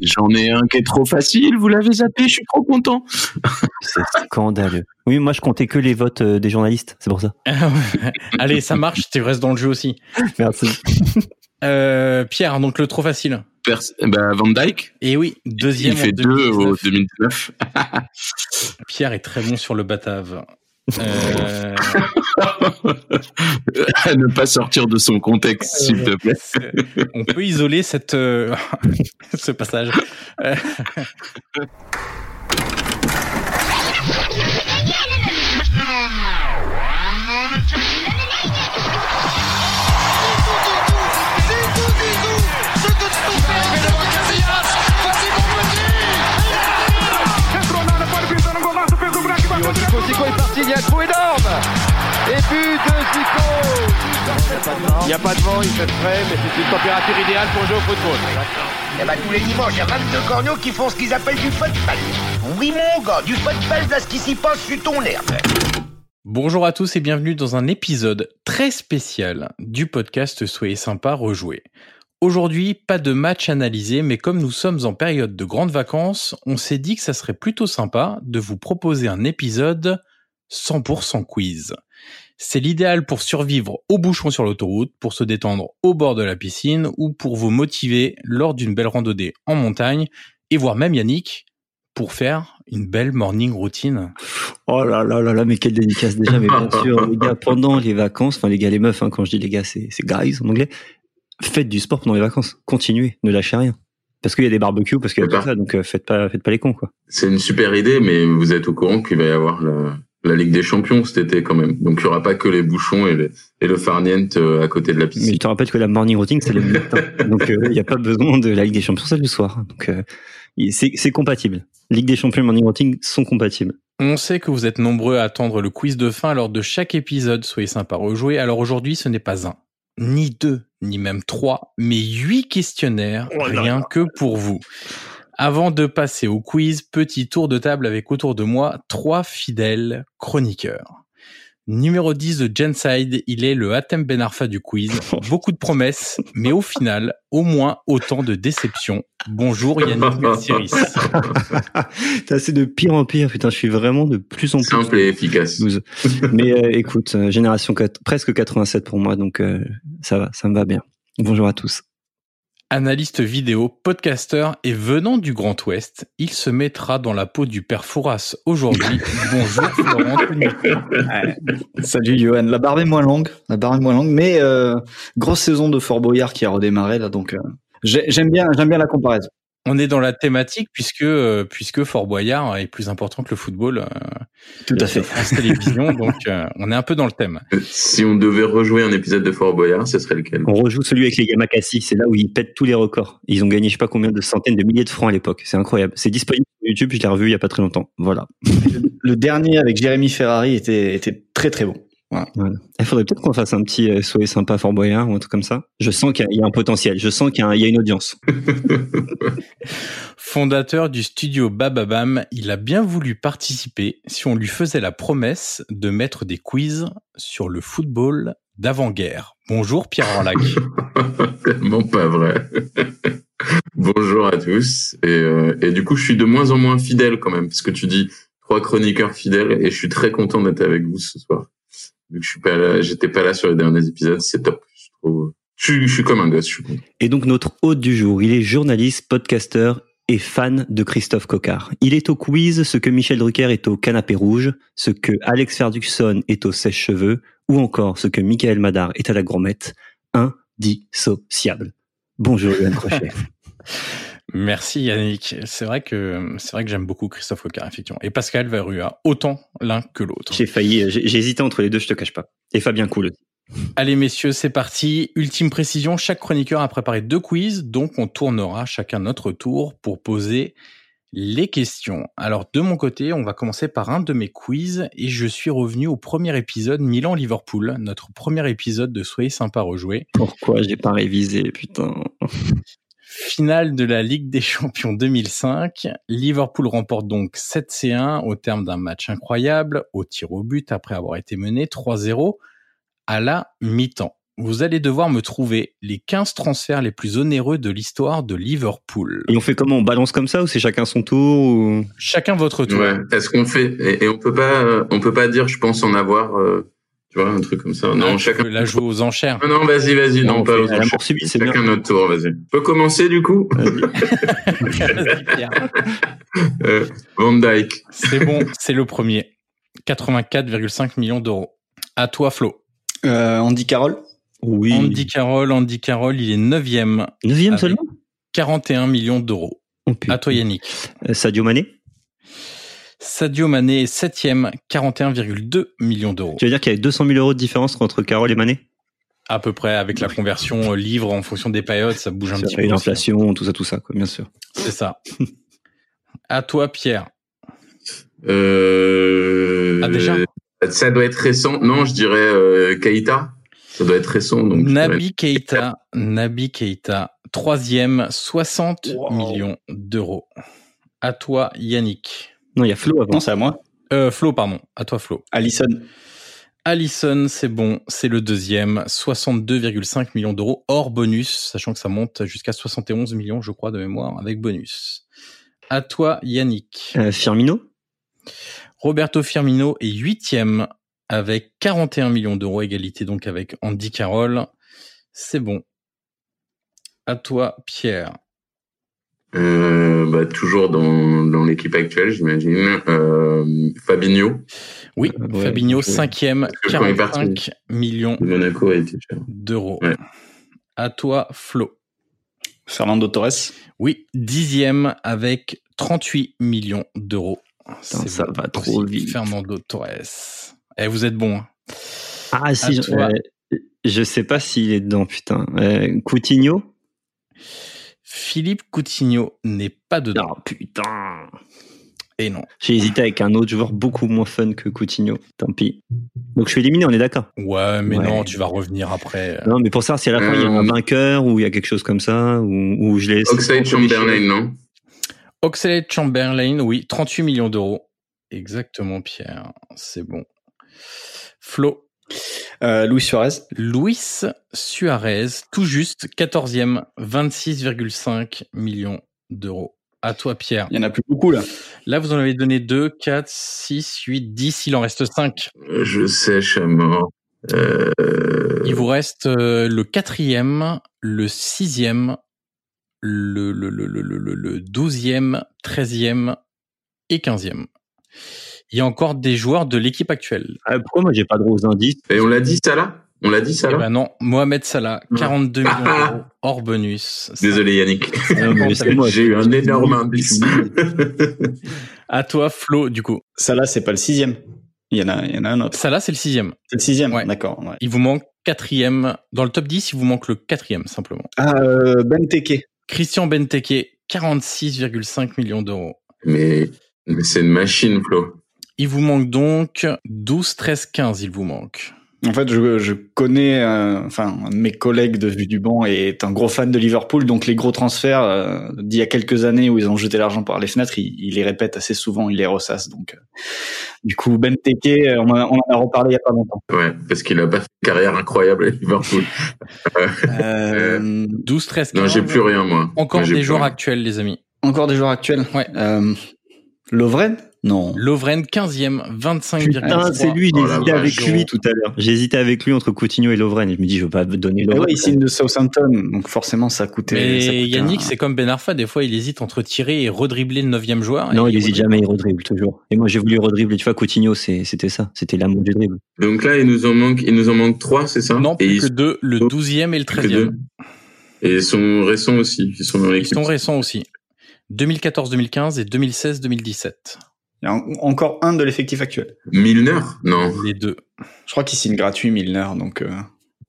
J'en ai un qui est trop facile, vous l'avez zappé, je suis trop content. C'est scandaleux. Oui, moi je comptais que les votes euh, des journalistes, c'est pour ça. Allez, ça marche, tu restes dans le jeu aussi. Merci. Euh, Pierre, donc le trop facile. Pers- bah, Van Dyke, Et oui, deuxième. il fait en deux oh, au 2019. 2019. Pierre est très bon sur le batave. Euh, à ne pas sortir de son contexte, Euh, s'il te plaît. c'est- on peut isoler cette, euh, ce passage. Euh, Zico, Zico est parti, il y a un trou énorme Et but de Zico Il n'y a pas de vent, il fait frais, mais c'est une température idéale pour jouer au football. Eh ben, tous les dimanches, il y a 22 corneaux qui font ce qu'ils appellent du football. Oui, mon gars, du football, là, ce qui s'y passe, sur ton herbe. Bonjour à tous et bienvenue dans un épisode très spécial du podcast Soyez sympa rejouer. Aujourd'hui, pas de match analysé, mais comme nous sommes en période de grandes vacances, on s'est dit que ça serait plutôt sympa de vous proposer un épisode 100% quiz. C'est l'idéal pour survivre aux bouchons sur l'autoroute, pour se détendre au bord de la piscine ou pour vous motiver lors d'une belle randonnée en montagne et voire même Yannick pour faire une belle morning routine. Oh là là là là, mais quelle dédicace déjà, mais bien sûr, les gars, pendant les vacances, enfin les gars, les meufs, hein, quand je dis les gars, c'est c'est guys en anglais, faites du sport pendant les vacances, continuez, ne lâchez rien. Parce qu'il y a des barbecues, parce qu'il y a tout D'accord. ça, donc euh, faites pas, faites pas les cons, quoi. C'est une super idée, mais vous êtes au courant qu'il va y avoir la, la Ligue des Champions cet été quand même. Donc il y aura pas que les bouchons et, le- et le farniente euh, à côté de la Mais piscine. je te rappelle que la morning routine, c'est le matin. Donc, euh, il n'y a pas besoin de la Ligue des Champions, c'est le soir. Donc, euh, y- c'est c'est compatible. Ligue des Champions et morning routine sont compatibles. On sait que vous êtes nombreux à attendre le quiz de fin lors de chaque épisode, soyez sympa rejouer. Alors aujourd'hui, ce n'est pas un, ni deux, ni même trois, mais huit questionnaires, rien que pour vous. Avant de passer au quiz, petit tour de table avec autour de moi trois fidèles chroniqueurs. Numéro 10 de Genside, il est le Hatem Ben Arfa du quiz. Beaucoup de promesses, mais au final, au moins autant de déceptions. Bonjour Yannick Mercieris. Ça, c'est de pire en pire. Putain, je suis vraiment de plus en plus. Simple et efficace. douze. Mais euh, écoute, euh, génération quatre- presque 87 pour moi, donc euh, ça va, ça me va bien. Bonjour à tous. Analyste vidéo, podcasteur et venant du Grand Ouest, il se mettra dans la peau du père Fouras aujourd'hui. Bonjour Florent. Tenu. Salut Johan, la barbe est moins longue, la barbe est moins longue, mais euh, grosse saison de Fort Boyard qui a redémarré là, donc euh, j'ai- j'aime bien, j'aime bien la comparaison. On est dans la thématique puisque euh, puisque Fort Boyard est plus important que le football. euh, Tout à sur France Télévisions, donc euh, on est un peu dans le thème. Si on devait rejouer un épisode de Fort Boyard, ce serait lequel On rejoue celui avec les Yamakasi. C'est là où ils pètent tous les records. Ils ont gagné je sais pas combien de centaines de milliers de francs à l'époque. C'est incroyable. C'est disponible sur YouTube. Je l'ai revu il y a pas très longtemps. Voilà. Le dernier avec Jérémy Ferrari était, était très très bon. Il faudrait peut-être qu'on fasse un petit euh, soyez sympa Fort Boyard ou un truc comme ça. Je sens qu'il y a- il y a un potentiel. Je sens qu'il y a un- il y a une audience. Fondateur du studio Bababam, il a bien voulu participer si on lui faisait la promesse de mettre des quiz sur le football d'avant-guerre. Bonjour Pierre Orlac. Tellement pas vrai. Bonjour à tous. Et, euh, et du coup, je suis de moins en moins fidèle quand même, parce que tu dis trois chroniqueurs fidèles, et je suis très content d'être avec vous ce soir. Vu que je suis pas là, j'étais pas là sur les derniers épisodes, c'est top. Je trouve. Je suis, je suis comme un gosse. Je suis content. Et donc notre hôte du jour, il est journaliste, podcasteur et fan de Christophe Cocard. Il est au quiz ce que Michel Drucker est au canapé rouge, ce que Alex Ferguson est au sèche-cheveux, ou encore ce que Michael Madar est à la gourmette. Indissociable. Bonjour Yann Crochet. Merci Yannick. C'est vrai que c'est vrai que j'aime beaucoup Christophe Cocard effectivement et Pascal Verrua autant l'un que l'autre. j'ai failli, euh, j'ai j'ai hésité entre les deux, je te cache pas. Et Fabien Cool. Allez messieurs, c'est parti. Ultime précision, chaque chroniqueur a préparé deux quiz donc on tournera chacun notre tour pour poser les questions. Alors de mon côté, on va commencer par un de mes quiz et je suis revenu au premier épisode Milan Liverpool, notre premier épisode de Soyez sympa rejouer. Pourquoi j'ai pas révisé, putain. Finale de la Ligue des Champions 2005, Liverpool remporte donc 7-1 au terme d'un match incroyable, au tir au but après avoir été mené 3-0 à la mi-temps. vous allez devoir me trouver les 15 transferts les plus onéreux de l'histoire de Liverpool. Et on fait comment On balance comme ça ou c'est chacun son tour ou... Chacun votre tour. Ouais. Est-ce qu'on fait et, et on peut pas, euh, on peut pas dire, je pense en avoir, euh, tu vois, un truc comme ça. Non, Ah, tu chacun. Ah peux La jouer aux enchères. Non, non, vas-y, vas-y, non, on pas fait aux à la enchères. poursuite, c'est bien. Chacun notre tour, vas-y. On peut commencer du coup. Vas-y, Pierre. Euh, Van Dyke. c'est bon, c'est le premier. 84,5 millions d'euros. À toi, Flo. Euh, Andy Carroll. Oui. Andy Carroll, Andy Carroll, il est 9e. Neuvième Avec- seulement 41 millions d'euros. Oh, putain. À toi, Yannick. Euh, Sadio Mané Sadio Mané est 7e, 41,2 millions d'euros. Tu veux dire qu'il y a 200 000 euros de différence entre Carole et Mané À peu près, avec la conversion euh, livre en fonction des périodes, ça bouge un petit peu. Et l'inflation, tout ça, tout ça, quoi, bien sûr. C'est ça. À toi, Pierre. Euh... Ah, déjà Ça doit être récent. Non, je dirais euh, Keita. Ça doit être récent. Donc je dirais- Nabi Keita. Nabi Keita. Troisième, 60 millions d'euros. À toi, Yannick. Non, il y a Flo avant. Non, c'est à moi. Euh, Flo, pardon. À toi, Flo. Allison. Allison, c'est bon. C'est le deuxième. 62,5 millions d'euros hors bonus, sachant que ça monte jusqu'à 71 millions, je crois, de mémoire, avec bonus. À toi, Yannick. Euh, Firmino Roberto Firmino est huitième avec 41 millions d'euros, égalité donc avec Andy Carroll. C'est bon. À toi, Pierre. Euh, bah, toujours dans, dans l'équipe actuelle, j'imagine. Euh, Fabinho Oui, Euh, ouais, Fabinho, ouais. cinquième, Parce que quand il est parti. 45 millions de Monaco a été cher. d'euros. Ouais. À toi, Flo. Fernando Torres. Oui, dixième avec 38 millions d'euros. C'est ça bon va trop vite. Fernando Torres. Eh, vous êtes bon. hein. Ah si, je, toi. euh, je sais pas s'il est dedans, putain. Euh, Coutinho Philippe Coutinho n'est pas dedans. Non, putain. Et non. J'ai hésité avec un autre joueur beaucoup moins fun que Coutinho. Tant pis. Donc je suis éliminé, on est d'accord. Ouais, mais Ouais. non, tu vas revenir après. Non, mais pour savoir si à la fin il y a Euh, un vainqueur ou il y a quelque chose comme ça ou, ou je l'ai. Oxide Chamberlain, non Oxlade Chamberlain, oui, 38 millions d'euros. Exactement, Pierre. C'est bon. Flo, Euh, Luis Suarez. Luis Suarez, tout juste, 14e, 26,5 millions d'euros. À toi, Pierre. Il y en a plus beaucoup là. Là, vous en avez donné 2, 4, 6, 8, 10. Il en reste 5. Euh, Je sèche à mort. Euh, Il vous reste euh, le quatrième, le sixième, le, le, le, le, le, le, le douzième, treizième et quinzième. Il y a encore des joueurs de l'équipe actuelle. Ah, pourquoi moi j'ai pas de gros indices Et on l'a dit, ça là On l'a dit, ça Eh là ben non, Mohamed Salah, Non. 42 millions d'euros hors bonus. Désolé, Yannick. Non, mais c'est moi. J'ai eu un énorme indice. À toi, Flo, du coup. Ça là, c'est pas le sixième. Il y en a, il y en a un autre. Salah, c'est le sixième. C'est le sixième. Ouais. D'accord. ouais. Il vous manque quatrième. Dans le top 10, il vous manque le quatrième, simplement. Ah, euh, Benteke. Christian Benteke, 46,5 millions d'euros. mais mais c'est une machine, Flo. Il vous manque donc 12, 13, 15, il vous manque. En fait, je, je connais, euh, enfin, un de mes collègues de Vue du Banc est un gros fan de Liverpool, donc les gros transferts euh, d'il y a quelques années où ils ont jeté l'argent par les fenêtres, il, il les répète assez souvent, il les ressasse. Donc, euh, du coup, Benteke, euh, on, en a- on en a reparlé il y a pas longtemps. Ouais, parce qu'il a pas fait une carrière incroyable à Liverpool. Euh, 12, 13, 15. Non, j'ai plus rien, moi. Encore Moi, j'ai des plus joueurs rien. actuels, les amis. encore des joueurs actuels. Ouais. Euh, Lovren Non. Lovren, 15e, 25,3. Putain, c'est lui, j'ai Oh la hésité vache, avec lui gros. tout à l'heure. J'ai hésité avec lui entre Coutinho et Lovren. Je me dis, je veux pas donner Mais Lovren. Ah ouais, il signe de Southampton, donc forcément ça coûtait. ça coûtait Mais Yannick, un- c'est comme Ben Arfa, des fois, il hésite entre tirer et redribler le 9e joueur. non, Et il hésite jamais, il redribble toujours. Et moi, j'ai voulu redribler. Tu vois, Coutinho, c'est- c'était ça. C'était l'amour du dribble. Donc là, il nous en manque, il nous en manque trois, c'est ça Non, Et plus ils que deux, le 12e et le Plus que 13e. deux. Et ils sont récents aussi. Ils sont dans Ils l'équipe. sont récents aussi. 2014-2015 et 2016-2017. Il y a en- encore un de l'effectif actuel. Milner Non. Les deux. Je crois qu'il signe gratuit Milner, donc. Euh...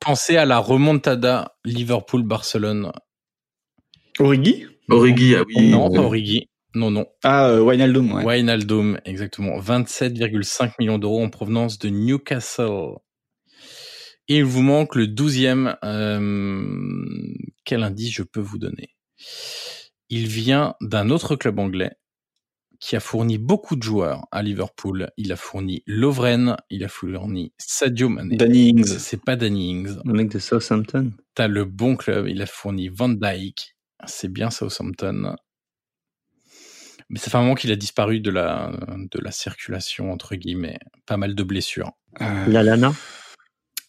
Pensez à la remontada Liverpool-Barcelone. Origi Origi, ah oui. Non, pas Origi. Non, non. Ah, euh, Wijnaldum, ouais. Wijnaldum, exactement. 27,5 millions d'euros en provenance de Newcastle. Et il vous manque le 12e. euh, quel indice je peux vous donner Il vient d'un autre club anglais qui a fourni beaucoup de joueurs à Liverpool. Il a fourni Lovren, il a fourni Sadio Mané. Danny Ings. C'est pas Danny Ings. Le mec de Southampton. T'as le bon club, il a fourni Van Dyke. C'est bien Southampton. Mais ça fait un moment qu'il a disparu de la, de la circulation, entre guillemets. Pas mal de blessures. Euh, La Lana.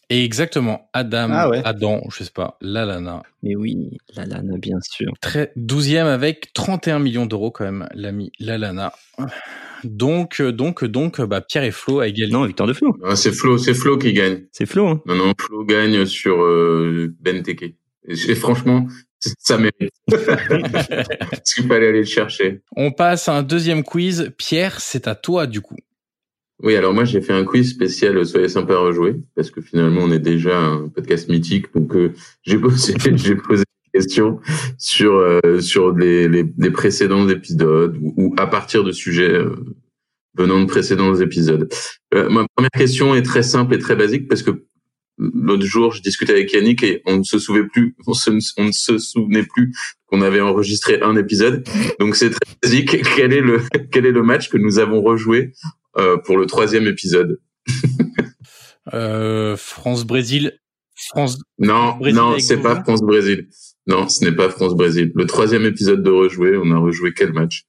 Et exactement, Adam, Ah ouais. Adam, je sais pas, Lalana. Mais oui, la Lana, bien sûr. Très 12e avec 31 millions d'euros quand même, l'ami Lalana. Donc, euh, donc, donc, euh, bah, Pierre et Flo à égalité. Non, victoire de Flo. Ah, c'est Flo, c'est Flo qui gagne. C'est Flo, hein. Non, non, Flo gagne sur euh, Benteke. Et, j'ai- franchement, c'est- ça mérite. Parce qu'il fallait aller le chercher. On passe à un deuxième quiz. Pierre, c'est à toi du coup. Oui, alors moi j'ai fait un quiz spécial euh, Soyez sympa à rejouer, parce que finalement on est déjà un podcast mythique, donc euh, j'ai posé, j'ai posé des questions sur euh, sur les, les, les précédents épisodes ou, ou à partir de sujets euh, venant de précédents épisodes. Euh, ma première question est très simple et très basique parce que l'autre jour je discutais avec Yannick et on ne se souvenait plus, on, se, on ne se souvenait plus qu'on avait enregistré un épisode. Donc c'est très basique. Quel est le quel est le match que nous avons rejoué euh, pour le troisième épisode. Euh, France-Brésil. France. Non, Brésil non, avec c'est Gouvin pas France-Brésil. Non, ce n'est pas France-Brésil. Le troisième épisode de Rejouer, on a rejoué quel match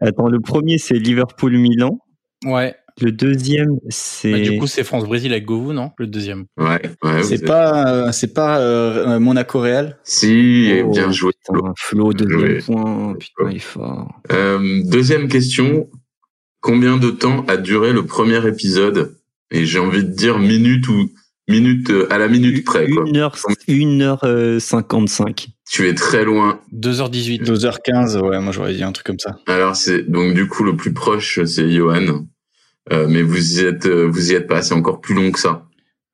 Attends, le premier, c'est Liverpool-Milan. Ouais. Le deuxième, Bah, c'est. du coup, c'est France-Brésil avec Govou, non Le deuxième. Ouais, ouais. vous C'est êtes- pas, euh, c'est pas euh, Monaco Real. Si, Oh, bien joué. Putain, Flo, deuxième Oui. point. Putain, il est fort. Euh, deuxième question. Combien de temps a duré le premier épisode Et j'ai envie de dire minute ou minute euh, à la minute près. Quoi. 1h55. Tu es très loin. 2h18. 2h15, ouais, moi j'aurais dit un truc comme ça. Alors c'est donc du coup le plus proche, c'est Johan. Euh, mais vous y êtes, euh, vous y êtes pas. C'est encore plus long que ça.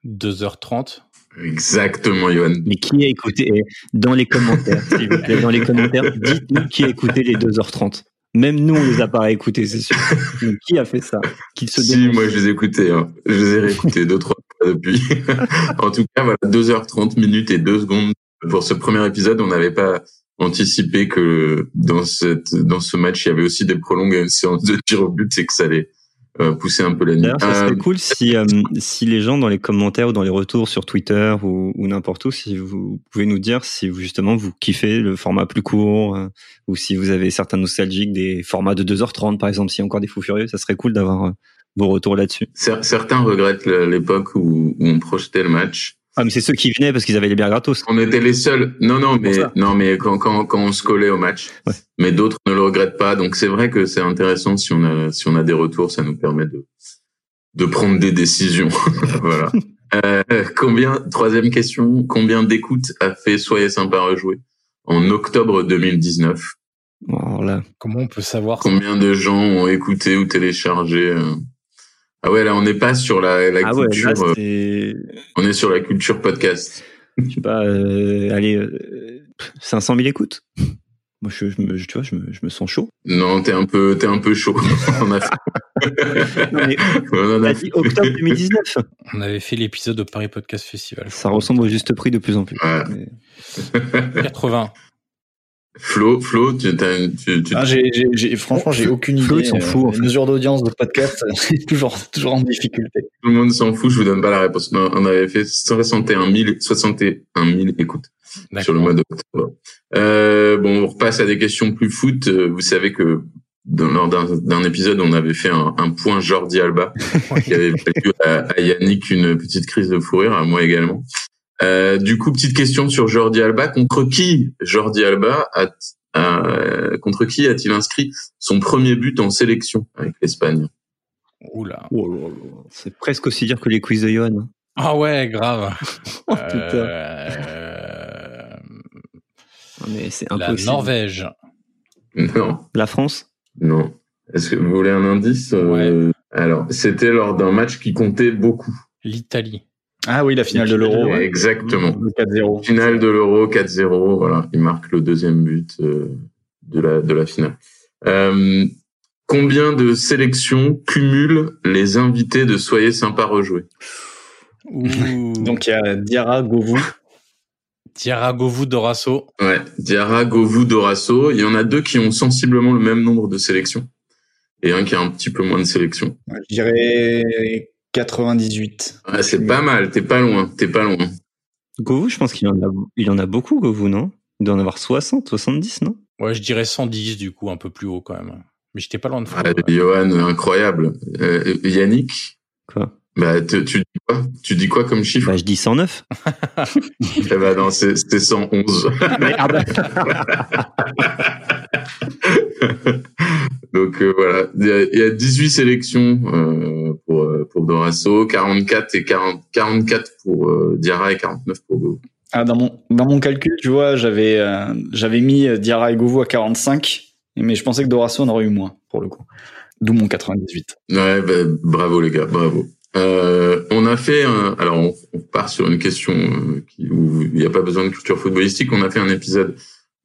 2h30. Exactement, Johan. Mais qui a écouté eh, Dans les commentaires, s'il vous plaît, dans les commentaires, dites-nous qui a écouté les 2h30. Même nous, on les a pas écoutés, c'est sûr. Mais qui a fait ça Qui se Si, dénonce. moi je les écoutais, hein. je les ai réécoutés deux, trois fois depuis. en tout cas, voilà, 2h30 minutes et 2 secondes pour ce premier épisode. On n'avait pas anticipé que dans, cette, dans ce match, il y avait aussi des prolongues à une séance de tir au but et que ça allait euh, pousser un peu la nuit. D'ailleurs, ça serait Euh, cool si, euh, si les gens dans les commentaires ou dans les retours sur Twitter ou, ou n'importe où, si vous pouvez nous dire si vous, justement vous kiffez le format plus court euh, ou si vous avez certains nostalgiques des formats de 2h30 par exemple, s'il y a encore des fous furieux, ça serait cool d'avoir euh, vos retours là-dessus. Euh, cer- certains regrettent le- l'époque où, où on projetait le match. Ah mais c'est ceux qui venaient parce qu'ils avaient les bières gratos. On était les seuls. Non, non, mais, ça. non, mais quand, quand, quand on se collait au match. Ouais. Mais d'autres ne le regrettent pas. Donc c'est vrai que c'est intéressant si on a, si on a des retours, ça nous permet de, de prendre des décisions. voilà. Euh, combien, troisième question, combien d'écoutes a fait Soyez sympa rejouer en octobre 2019? Alors là, Comment on peut savoir ça Combien de gens ont écouté ou téléchargé? euh Ah ouais, là, on n'est pas sur la, la ah ouais, culture, là euh, c'est, on est sur la culture podcast. je sais pas, euh, allez, euh, 500 000 écoutes. Moi je, je me, je- tu vois, je me, je me sens chaud. Non, t'es un peu, t'es un peu chaud. on a fait- Non, mais On en on a a dit octobre 2019. On avait fait l'épisode au Paris Podcast Festival. Ça ressemble au juste prix de plus en plus. Ouais. Mais- 80. Flo, Flo, tu, t'as une- tu, tu- Ah, j'ai, j'ai- j'ai- franchement, j'ai aucune Flo, idée. euh, il s'en fout, en les fait. mesures d'audience de podcast, c'est toujours, toujours en difficulté. tout le monde s'en fout, je vous donne pas la réponse. Non, on avait fait 61 000, 61 000 écoutes sur le D'accord. mois d'octobre. Euh, bon, on repasse à des questions plus foot. Euh, Vous savez que dans, lors d'un d'un épisode, on avait fait un, un point Jordi Alba qui avait valu à, à Yannick une petite crise de fou rire, à moi également. Euh, du coup, petite question sur Jordi Alba. Contre qui Jordi Alba a, a- contre qui a-t-il inscrit son premier but en sélection avec l'Espagne Oula. Oh là là, C'est presque aussi dur que les quiz de Johan. hein. Ah ouais, grave. Oh, putain. Euh, Mais c'est La impossible. Norvège. Non. La France Non. Est-ce que vous voulez un indice Euh, Alors, c'était lors d'un match qui comptait beaucoup. L'Italie. Ah oui, la finale de l'Euro. ouais. Exactement. Le 4-0. Finale de l'Euro 4-0. Voilà, il marque le deuxième but euh, de la de la finale. Euh, combien de sélections cumulent les invités de Soyez sympa rejouer Ouh. Donc il y a Diarra, Govou. Tiara Govou Dorasso. Ouais, Diarra, Govou, Dorasso. Il y en a deux qui ont sensiblement le même nombre de sélections. et un qui a un petit peu moins de sélection. Ouais, Je dirais 98. Ah, c'est pas mal, t'es pas loin, t'es pas loin. Govou, je pense qu'il en a, il en a beaucoup, Govou, non Il doit en avoir 60, 70, non Ouais, je dirais 110 du coup, un peu plus haut quand même. Mais j'étais pas loin de Ah, Flo, ouais. Johan, incroyable. Euh, Yannick, Quoi bah, te- tu dis quoi Tu dis quoi comme chiffre Bah, je dis 109. Eh ben non, c'est c'est 111. Donc euh, voilà, il y, a, il y a 18 sélections euh, pour euh, pour Dorasso, 44 et 40, 44 pour euh, Diarra et 49 pour Go. Ah, dans mon, dans mon calcul, tu vois, j'avais, euh, j'avais mis euh, Diarra et Govou à 45, mais je pensais que Dorasso en aurait eu moins, pour le coup. D'où mon 98. Ouais, bah, bravo les gars, bravo. Euh, on a fait, un- alors on, on part sur une question euh, qui, où il n'y a pas besoin de culture footballistique. On a fait un épisode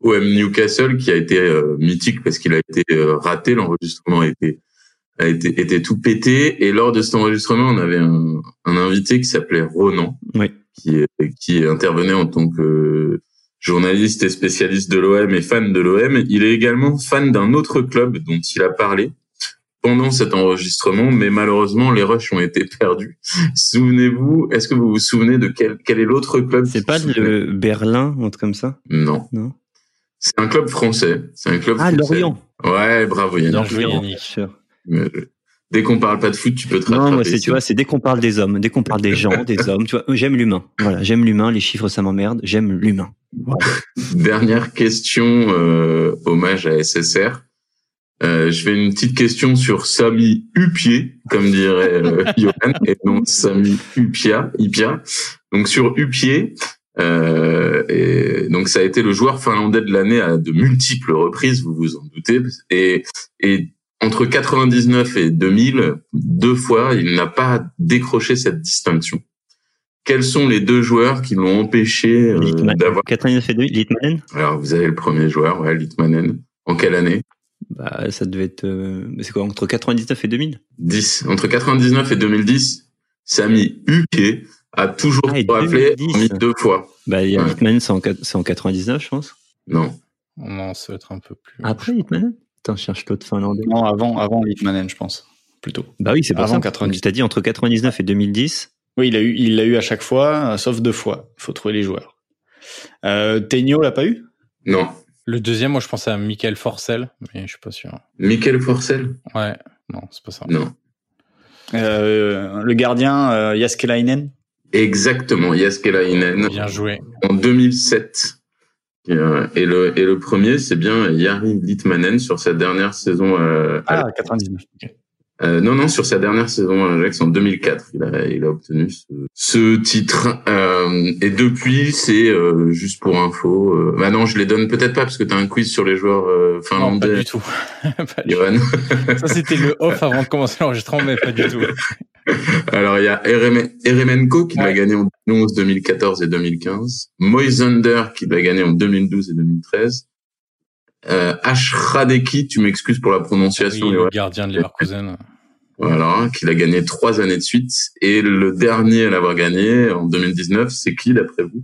OM Newcastle qui a été euh, mythique parce qu'il a été euh, raté, l'enregistrement a été a été, était tout pété. Et lors de cet enregistrement, on avait un, un invité qui s'appelait Ronan, Oui. qui qui intervenait en tant que journaliste et spécialiste de l'OM et fan de l'OM. Il est également fan d'un autre club dont il a parlé pendant cet enregistrement, mais malheureusement, les rushs ont été perdus. Souvenez-vous, est-ce que vous vous souvenez de quel, quel est l'autre club C'est pas le Berlin, un truc comme ça Non. Non. C'est un club français. C'est un club Ah, français. Lorient. Ouais, bravo Yannick. Bien joué, Lorient, Yannick. sûr. Mais, euh, Dès qu'on parle pas de foot, tu peux te rattraper. Non, moi, c'est, tu vois, c'est dès qu'on parle des hommes, dès qu'on parle des gens, des hommes, tu vois, euh, j'aime l'humain. Voilà, j'aime l'humain, les chiffres, ça m'emmerde, j'aime l'humain. Dernière question, euh, hommage à SSR. Euh, je fais une petite question sur Sami Upier, comme dirait euh, Johan, et non Sami Upia. Ipia. Donc sur Upier, euh, et donc ça a été le joueur finlandais de l'année à de multiples reprises, vous vous en doutez. Et, et entre 99 et 2000, deux fois, il n'a pas décroché cette distinction. Quels sont les deux joueurs qui l'ont empêché euh, Littman. d'avoir 99 et 2, Littman alors, vous avez le premier joueur, ouais, Litmanen. En quelle année Bah, ça devait être, euh, c'est quoi, entre 99 et 2000 10. Entre 99 et 2010, Sami Uke a toujours Ah, et rappelé 2010. mis deux fois. Bah, il y a Ouais. Littman, c'est en, quat- c'est en 99, je pense. Non. Non, ça va être un peu plus. Après Littman Attends, je cherche l'autre finlandais. Non, avant, avant Litmanen, je pense. Plutôt. Bah oui, c'est pas Avant ça. 90. Tu t'as dit entre 99 et 2010. Oui, il l'a eu, il l'a eu à chaque fois, euh, sauf deux fois. Il faut trouver les joueurs. Euh, Tegno l'a pas eu Non. Le deuxième, moi, je pensais à Michael Forcel, mais je suis pas sûr. Michael Forcel Ouais, non, c'est pas ça. Non. Euh, Le gardien, euh, Jaskelainen Exactement, Jaskelainen. Bien joué. En 2007. Et, euh, et le, et le premier, c'est bien Yari Litmanen sur sa dernière saison. euh, à- Ah, 99. euh, non, non, sur sa dernière saison à l'Ajax en 2004. Il a, il a obtenu ce, ce titre. Euh, et depuis, c'est euh, juste pour info. euh, bah non, je les donne peut-être pas parce que t'as un quiz sur les joueurs euh, Non, pas finlandais. du tout. Pas du- Johan. ça, c'était le off avant de commencer l'enregistrement, mais pas du tout. Alors, il y a Erem- Eremenko qui l'a Ouais. gagné en 2011, 2014 et 2015. Moisander qui l'a gagné en 2012 et 2013. Euh, Ashradeki, tu m'excuses pour la Oui, prononciation, Johan. le gardien de Leverkusen. Voilà, qu'il a gagné trois années de suite. Et le dernier à l'avoir gagné en 2019, c'est qui d'après vous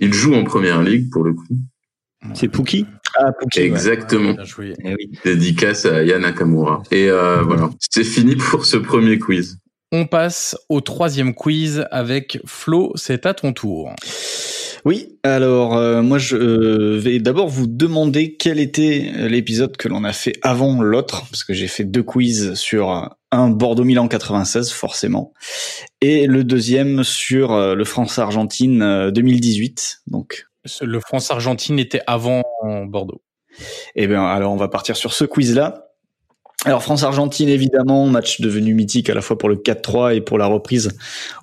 Il joue en première ligue pour le coup. C'est Pookie Ah, Pouki, ouais. Exactement. Bien joué. Eh oui. Dédicace à Yana Nakamura. Et euh, voilà, c'est fini pour ce premier quiz. On passe au troisième quiz avec Flo, c'est à ton tour. Oui, alors euh, moi je euh, vais d'abord vous demander quel était l'épisode que l'on a fait avant l'autre, parce que j'ai fait deux quiz sur euh, un Bordeaux-Milan 96 forcément, et le deuxième sur euh, le France-Argentine euh, 2018. Donc, Ce- Le France-Argentine était avant Bordeaux. eh bien alors on va partir sur ce quiz-là. Alors France-Argentine évidemment, match devenu mythique à la fois pour le 4-3 et pour la reprise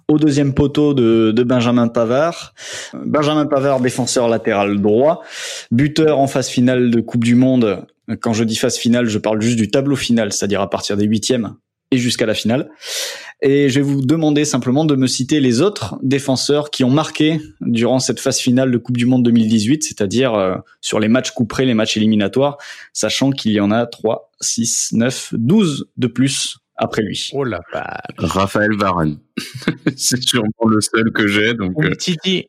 au deuxième poteau de, de Benjamin Pavard. Benjamin Pavard, défenseur latéral droit, buteur en phase finale de Coupe du Monde. Quand je dis phase finale, je parle juste du tableau final, c'est-à-dire à partir des huitièmes et jusqu'à la finale. Et je vais vous demander simplement de me citer les autres défenseurs qui ont marqué durant cette phase finale de Coupe du Monde 2018, c'est-à-dire euh, sur les matchs couperés, les matchs éliminatoires, sachant qu'il y en a 3, 6, 9, 12 de plus après lui. Oh là là. Raphaël Varane. c'est sûrement le seul que j'ai, donc euh, Titi.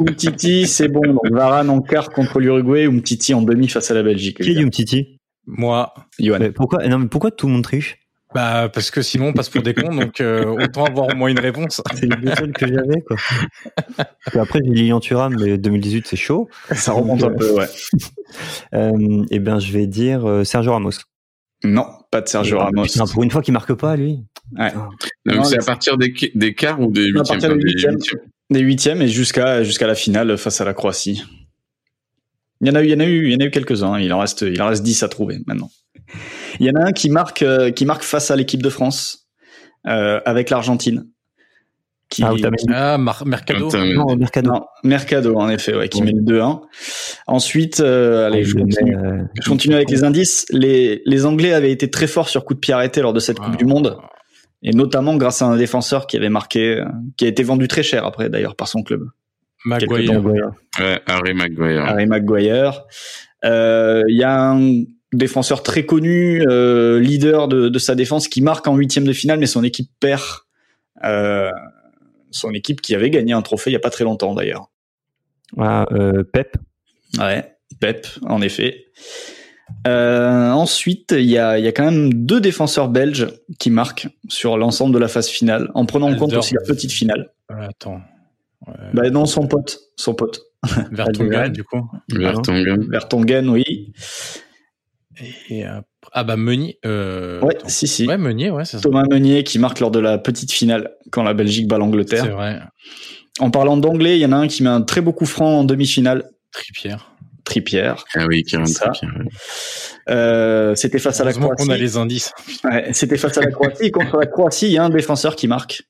Umtiti, c'est bon. Donc, Varane en quart contre l'Uruguay, Umtiti en demi face à la Belgique. Qui est Youm Titi Moi, Johan. Mais pourquoi, non, mais pourquoi tout le monde triche bah parce que sinon on passe pour des cons, donc euh, autant avoir au moins une réponse. C'est les deux seuls que j'avais, quoi. Parce que Après, j'ai Lilian Thuram, mais 2018, c'est chaud. Ça remonte un peu, ouais. Euh, eh bien, je vais dire euh, Sergio Ramos. Non, pas de Sergio Ramos. Putain, pour une fois qu'il marque pas, lui. Non, mais Non, c'est là, à partir des, qui- des quarts ou des À huitièmes partir enfin, des des huitièmes. huitièmes. Des huitièmes et jusqu'à jusqu'à la finale face à la Croatie. Il y en a eu, il y en a eu, il y en a eu quelques-uns. Il en reste, il en reste dix à trouver maintenant. Il y en a un qui marque, euh, qui marque face à l'équipe de France euh, avec l'Argentine. Qui, Ah, Otamendi. Ah, Mar- Mercado. Putain, mais- Non, Mercado. non, Mercado en effet, ouais, qui Ouais. met le 2-1. Ensuite, euh, allez, Ah, je le continue. mets, euh, Je continue avec les indices. Les, les Anglais avaient été très forts sur coup de pied arrêté lors de cette Coupe du Monde, et notamment grâce à un défenseur qui avait marqué, euh, qui a été vendu très cher après d'ailleurs par son club, Maguire. Quelques Maguire. Ouais, Harry Maguire. Harry Maguire. Euh, Il y a un défenseur très connu, euh, leader de, de sa défense, qui marque en huitième de finale, mais son équipe perd. Euh, son équipe qui avait gagné un trophée il y a pas très longtemps d'ailleurs. Ah, euh, Pep. Ouais, Pep, en effet. Euh, ensuite, il y a, il y a quand même deux défenseurs belges qui marquent sur l'ensemble de la phase finale, en prenant en compte Elder. aussi la petite finale. Euh, Attends. Euh, Bah non, son pote, son pote. Vertonghen, Alderweireld. du coup. Hein Vertonghen. Vertonghen, oui. Euh, Et, euh, ah bah Meunier. Euh, Ouais, attends. si, si. Ouais, Meunier, ouais, c'est ça. Thomas Meunier qui marque lors de la petite finale quand la Belgique bat C'est l'Angleterre. vrai. En parlant d'anglais, il y en a un qui met un très beau coup franc en demi-finale, Tripierre. Trippier. Ah oui, Kieran Ça. Trippier, ouais. Euh, C'était face à la Heureusement Croatie. qu'on a les indices. Ouais, C'était face à la Croatie. Et contre la Croatie, il y a un défenseur qui marque.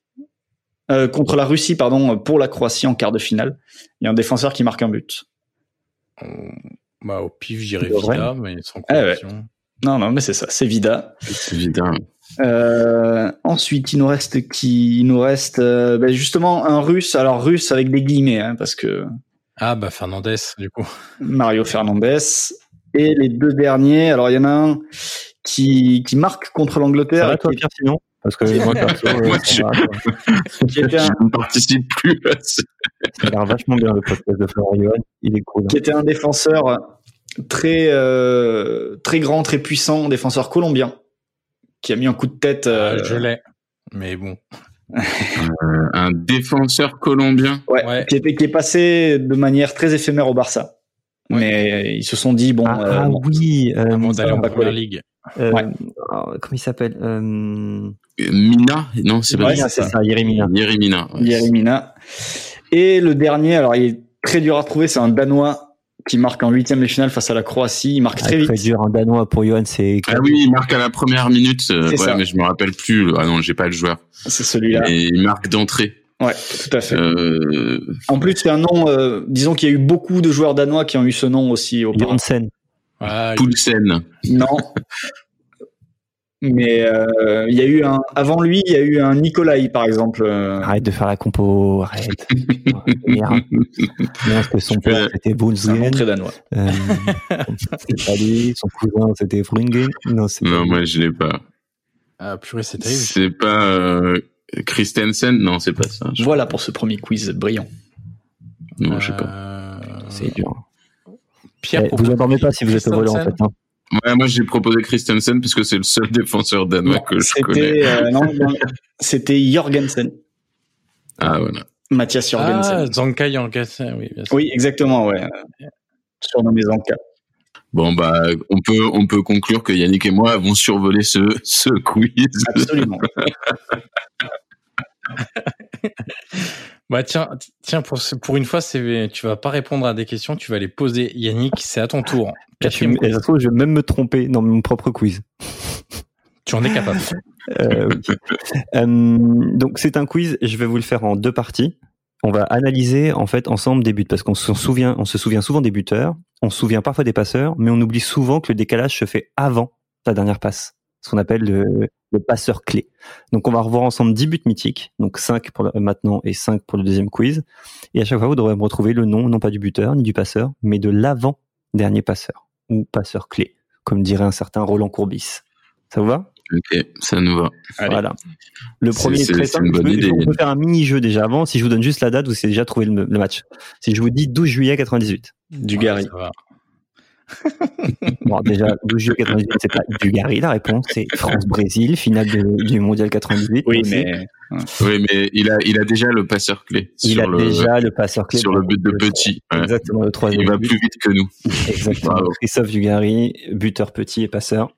Euh, contre la Russie, pardon, pour la Croatie en quart de finale, il y a un défenseur qui marque un but. On- Bah, au pif, j'irais Vrai. Vida, mais sans Eh Ah ouais. conviction. Non, non, mais c'est ça, c'est Vida. C'est évident. Euh, ensuite, il nous reste qui Il nous reste euh, ben justement un Russe. Alors Russe avec des guillemets, hein, parce que Ah bah Fernandez, du coup. Mario Fernandez. Et les deux derniers. Alors il y en a un qui, qui marque contre Ça l'Angleterre, va, et toi, qui, Pierre, sinon Parce que moi, perso, euh, Moi, ça va, quoi. qui était un, Je ne participe plus à ce- ça a l'air vachement bien, le podcast de Florian Johan. Il est cool. hein. qui était un défenseur très euh, très grand, très puissant, défenseur colombien, qui a mis un coup de tête. euh, Euh, je l'ai. Mais bon. Euh, Un défenseur colombien. ouais, ouais. Qui, était, qui est passé de manière très éphémère au Barça. Ouais. Mais euh, ils se sont dit bon, Ah, euh, ah, bon, oui. euh, Avant d'aller en va première coller. ligue. euh, ouais. alors, comment il s'appelle euh, Euh, Mina Non, c'est pas Ouais, lui. c'est ça. Ah, Yeremina. Yerry Mina. ouais. Yerry Mina. Et le dernier, alors il est très dur à trouver, c'est un Danois qui marque en huitième de finale face à la Croatie. Il marque Ah, très Très, vite. dur, un Danois pour Johan, c'est. Ah oui, il marque à la première minute. euh, C'est Ouais, ça. mais je me rappelle plus. Ah non, j'ai pas le joueur. C'est celui-là. Et il marque d'entrée. Ouais, tout à fait. Euh, En plus, c'est un nom. euh, disons qu'il y a eu beaucoup de joueurs danois qui ont eu ce nom aussi au Janssen. Ah, Poulsen. Non. Mais euh, il y a eu un avant lui, il y a eu un Nicolai par exemple. euh, Arrête de faire la compo, arrête. Putain, Merde. Non, parce que son Tu peux- père, c'était c'est un nom Boulsgen. très danois. Euh, c'était pas lui, son cousin, c'était Frungen. Non, c'est Non, moi, je l'ai pas. ah, purée, c'est terrible. C'est pas euh, Christensen. Non, c'est pas ça. Je- Voilà pour ce premier quiz brillant. Non, je sais pas. Euh, c'est dur. Pierre Eh, vous endormez pas si vous êtes au volant, en fait. hein. Euh. Ouais, moi, j'ai proposé Christensen parce que c'est le seul défenseur danois Non, que je connais. c'était euh, non, non, c'était Jorgensen, Ah, voilà. Mathias Jorgensen. Ah, Zanka Yankasa, oui, bien sûr. Oui, exactement, ouais. Euh, Surnommé Zanka. Bon, bah, on peut, on peut conclure que Yannick et moi avons survolé ce, ce quiz. Absolument. Bah, tiens, ti- tiens pour, ce- pour une fois, c'est, tu vas pas répondre à des questions, tu vas les poser. Yannick, c'est à ton tour. Je suis- Quatrième et ça se trouve, je vais même me tromper dans mon propre quiz. Tu en es capable. Euh, oui. Euh, donc c'est un quiz. Je vais vous le faire en deux parties. On va analyser en fait ensemble des buts parce qu'on se souvient, on se souvient souvent des buteurs, on se souvient parfois des passeurs, mais on oublie souvent que le décalage se fait avant la dernière passe, ce qu'on appelle le, le passeur clé. Donc on va revoir ensemble 10 buts mythiques, donc 5 pour le- maintenant et 5 pour le deuxième quiz. Et à chaque fois, vous devrez me retrouver le nom, non pas du buteur ni du passeur, mais de l'avant-dernier passeur ou passeur clé, comme dirait un certain Roland Courbis. Ça vous va Ok, ça nous va. Allez. voilà. Le C'est- premier est c'est- très c'est simple. une bonne Je veux- je- idée. On peut faire un mini-jeu déjà avant. Si je vous donne juste la date, vous savez déjà trouver le, le match. Si je vous dis 12 juillet 98. Du Ouais, Gary. ça va. Bon, déjà, 12 juillet 98, c'est pas Bulgarie la réponse, c'est France-Brésil, finale de- du mondial 98. Oui, Aussi. mais Oui, mais il a, il a déjà le passeur clé il sur, a le, déjà le passeur clé sur le but de Petit. Ouais. Exactement, le troisième. Il va but. plus vite que nous. Exactement. Bravo. Christophe Dugarry, buteur petit et passeur.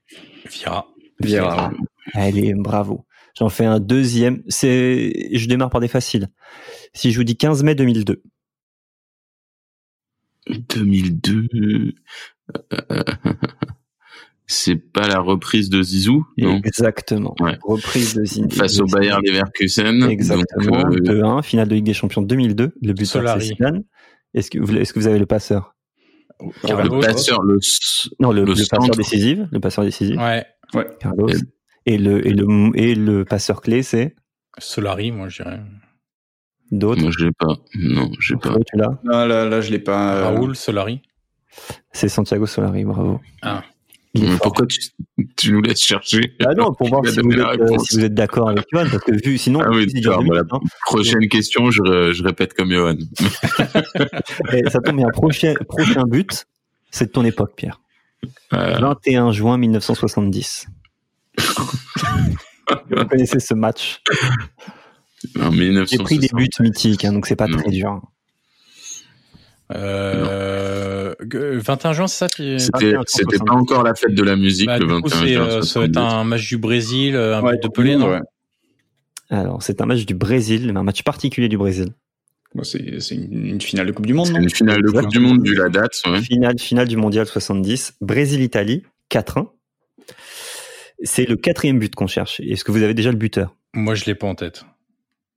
Vira. Vieira. Allez, bravo. J'en fais un deuxième. C'est, je démarre par des faciles. Si je vous dis 15 mai 2002, 2002. euh, C'est pas la reprise de Zizou, non exactement. Ouais. Reprise de Zin. Face de au Zin- Bayern Leverkusen. Exactement. Donc, euh, 2-1, finale de Ligue des Champions 2002. Le buteur Solari. c'est Zidane. Est-ce que vous, est-ce que vous avez le passeur le Carlos. passeur, le, s- Non, le, Le le passeur centre. décisif, le passeur décisif. Ouais. Carlos. Et- Et le et le et le passeur clé, c'est Solari, moi, je dirais. d'autres. moi je l'ai pas. Non, j'ai pas. Flo, tu l'as là, Ah, là, là, je l'ai pas. euh, Raoul, Solari. C'est Santiago Solari, bravo. Ah. Il est Mais fort. pourquoi tu, tu nous laisses chercher Ah non, pour voir Tu vas si vous, donner la êtes, euh, réponse. si vous êtes d'accord avec Johan, parce que vu, sinon, Ah oui, si, d'accord, j'ai voilà. vu, hein. Prochaine question, je, re- je répète comme Johan. Eh, ça tombe bien. Prochain, prochain but, c'est de ton époque, Pierre. Euh, 21 juin 1970. vous connaissez ce match. en J'ai pris des 1960. buts mythiques, hein, donc c'est pas Non. très dur. Euh, que- 21 juin, c'est ça qui- C'était 21, c'était pas 70. encore la fête de la musique Bah, le du coup, 21 c'est, juin. euh, ça va être 70. un match du Brésil, euh, un ouais, but de Pelé, non ouais. Alors, c'est un match du Brésil, mais un match particulier du Brésil. Bon, C'est c'est une une finale de Coupe du Monde, C'est non une finale de Coupe du Monde vu la date. Ouais. Finale, finale du mondial 70. Brésil-Italie, 4-1. C'est le quatrième but qu'on cherche. Est-ce que vous avez déjà le buteur Moi, je l'ai pas en tête.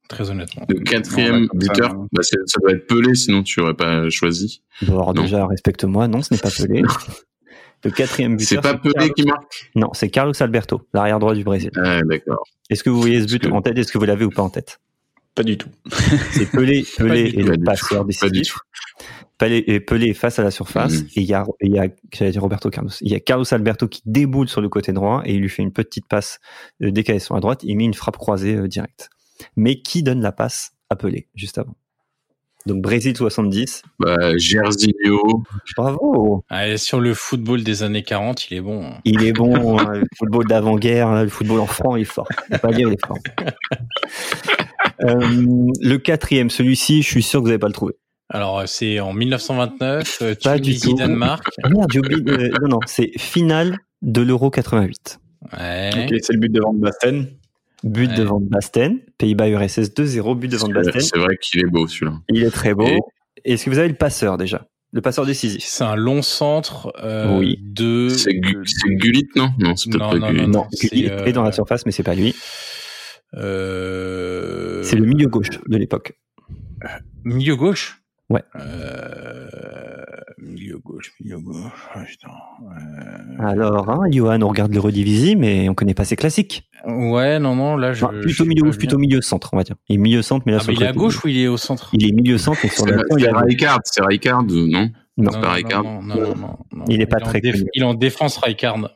Très honnêtement. Le quatrième Ouais, comme ça, buteur, non. bah, c'est- ça doit être Pelé, sinon tu aurais pas choisi. Bon, alors Non. déjà, respecte-moi. Non, ce n'est pas Pelé. le quatrième C'est buteur. pas Pelé Carlos- qui marque. Non, c'est Carlos Alberto, l'arrière droit du Brésil. Ah, d'accord. Est-ce que vous voyez ce but Parce que- en tête Est-ce que vous l'avez ou pas en tête Pas du tout. C'est Pelé, Pelé du et tout. le Pas du passeur Pas du décisif. tout. Pelé, et Pelé est face à la surface Mhm. et il y a, il y a j'allais dire Roberto Carlos. Il y a Carlos Alberto qui déboule sur le côté droit et il lui fait une petite passe euh, décalée sur la droite. Il met une frappe croisée euh, directe. Mais qui donne la passe à Pelé juste avant Donc Brésil 70. Bah, Jairzinho, Bravo. Allez, sur le football des années 40, il est bon. Il est bon, hein, le football d'avant-guerre, là, le football en franc, il est fort. On peut pas dire, il est fort. Euh, le quatrième, celui-ci, je suis sûr que vous n'avez pas le trouvé. Alors, euh, c'est en 1929, euh, Pas du Tunisie, tout. Danemark. Ah merde, j'ai oublié. de- non, non, c'est finale de l'Euro 88. Ouais. Ok, c'est le but de Van Basten. But de Ouais. Van Basten, Pays-Bas URSS 2-0, but de Van c'est Basten. euh, c'est vrai qu'il est beau euh, celui-là. Il est très beau. Et- Est-ce que vous avez le passeur déjà Le passeur décisif C'est un long centre euh, Oui. de. C'est Gu- c'est Gullit, non Non, c'est Non, peut-être non, pas Gullit. non, Non, c'est, il est dans la euh, surface, mais c'est pas lui. Euh, C'est le milieu gauche de l'époque. Milieu gauche Ouais. Euh, Milieu gauche, milieu gauche. Ah, putain. Alors, hein, Johan, on regarde le redivisi, mais on connaît pas ses classiques. Euh, Ouais, non, non, là, je. Enfin, plutôt je milieu sais gauche, pas plutôt bien. milieu centre, on va dire. Il est milieu centre, mais là, Ah, sur mais le il est à côté. gauche ou il est au centre Il est milieu centre et sur C'est le fond, il c'est est à gauche. Rijkaard, c'est Rijkaard, euh, non Non. C'est pas Rijkaard. non, non, non, non, non. Il est pas en très déf- connu. Il est en défense Rijkaard.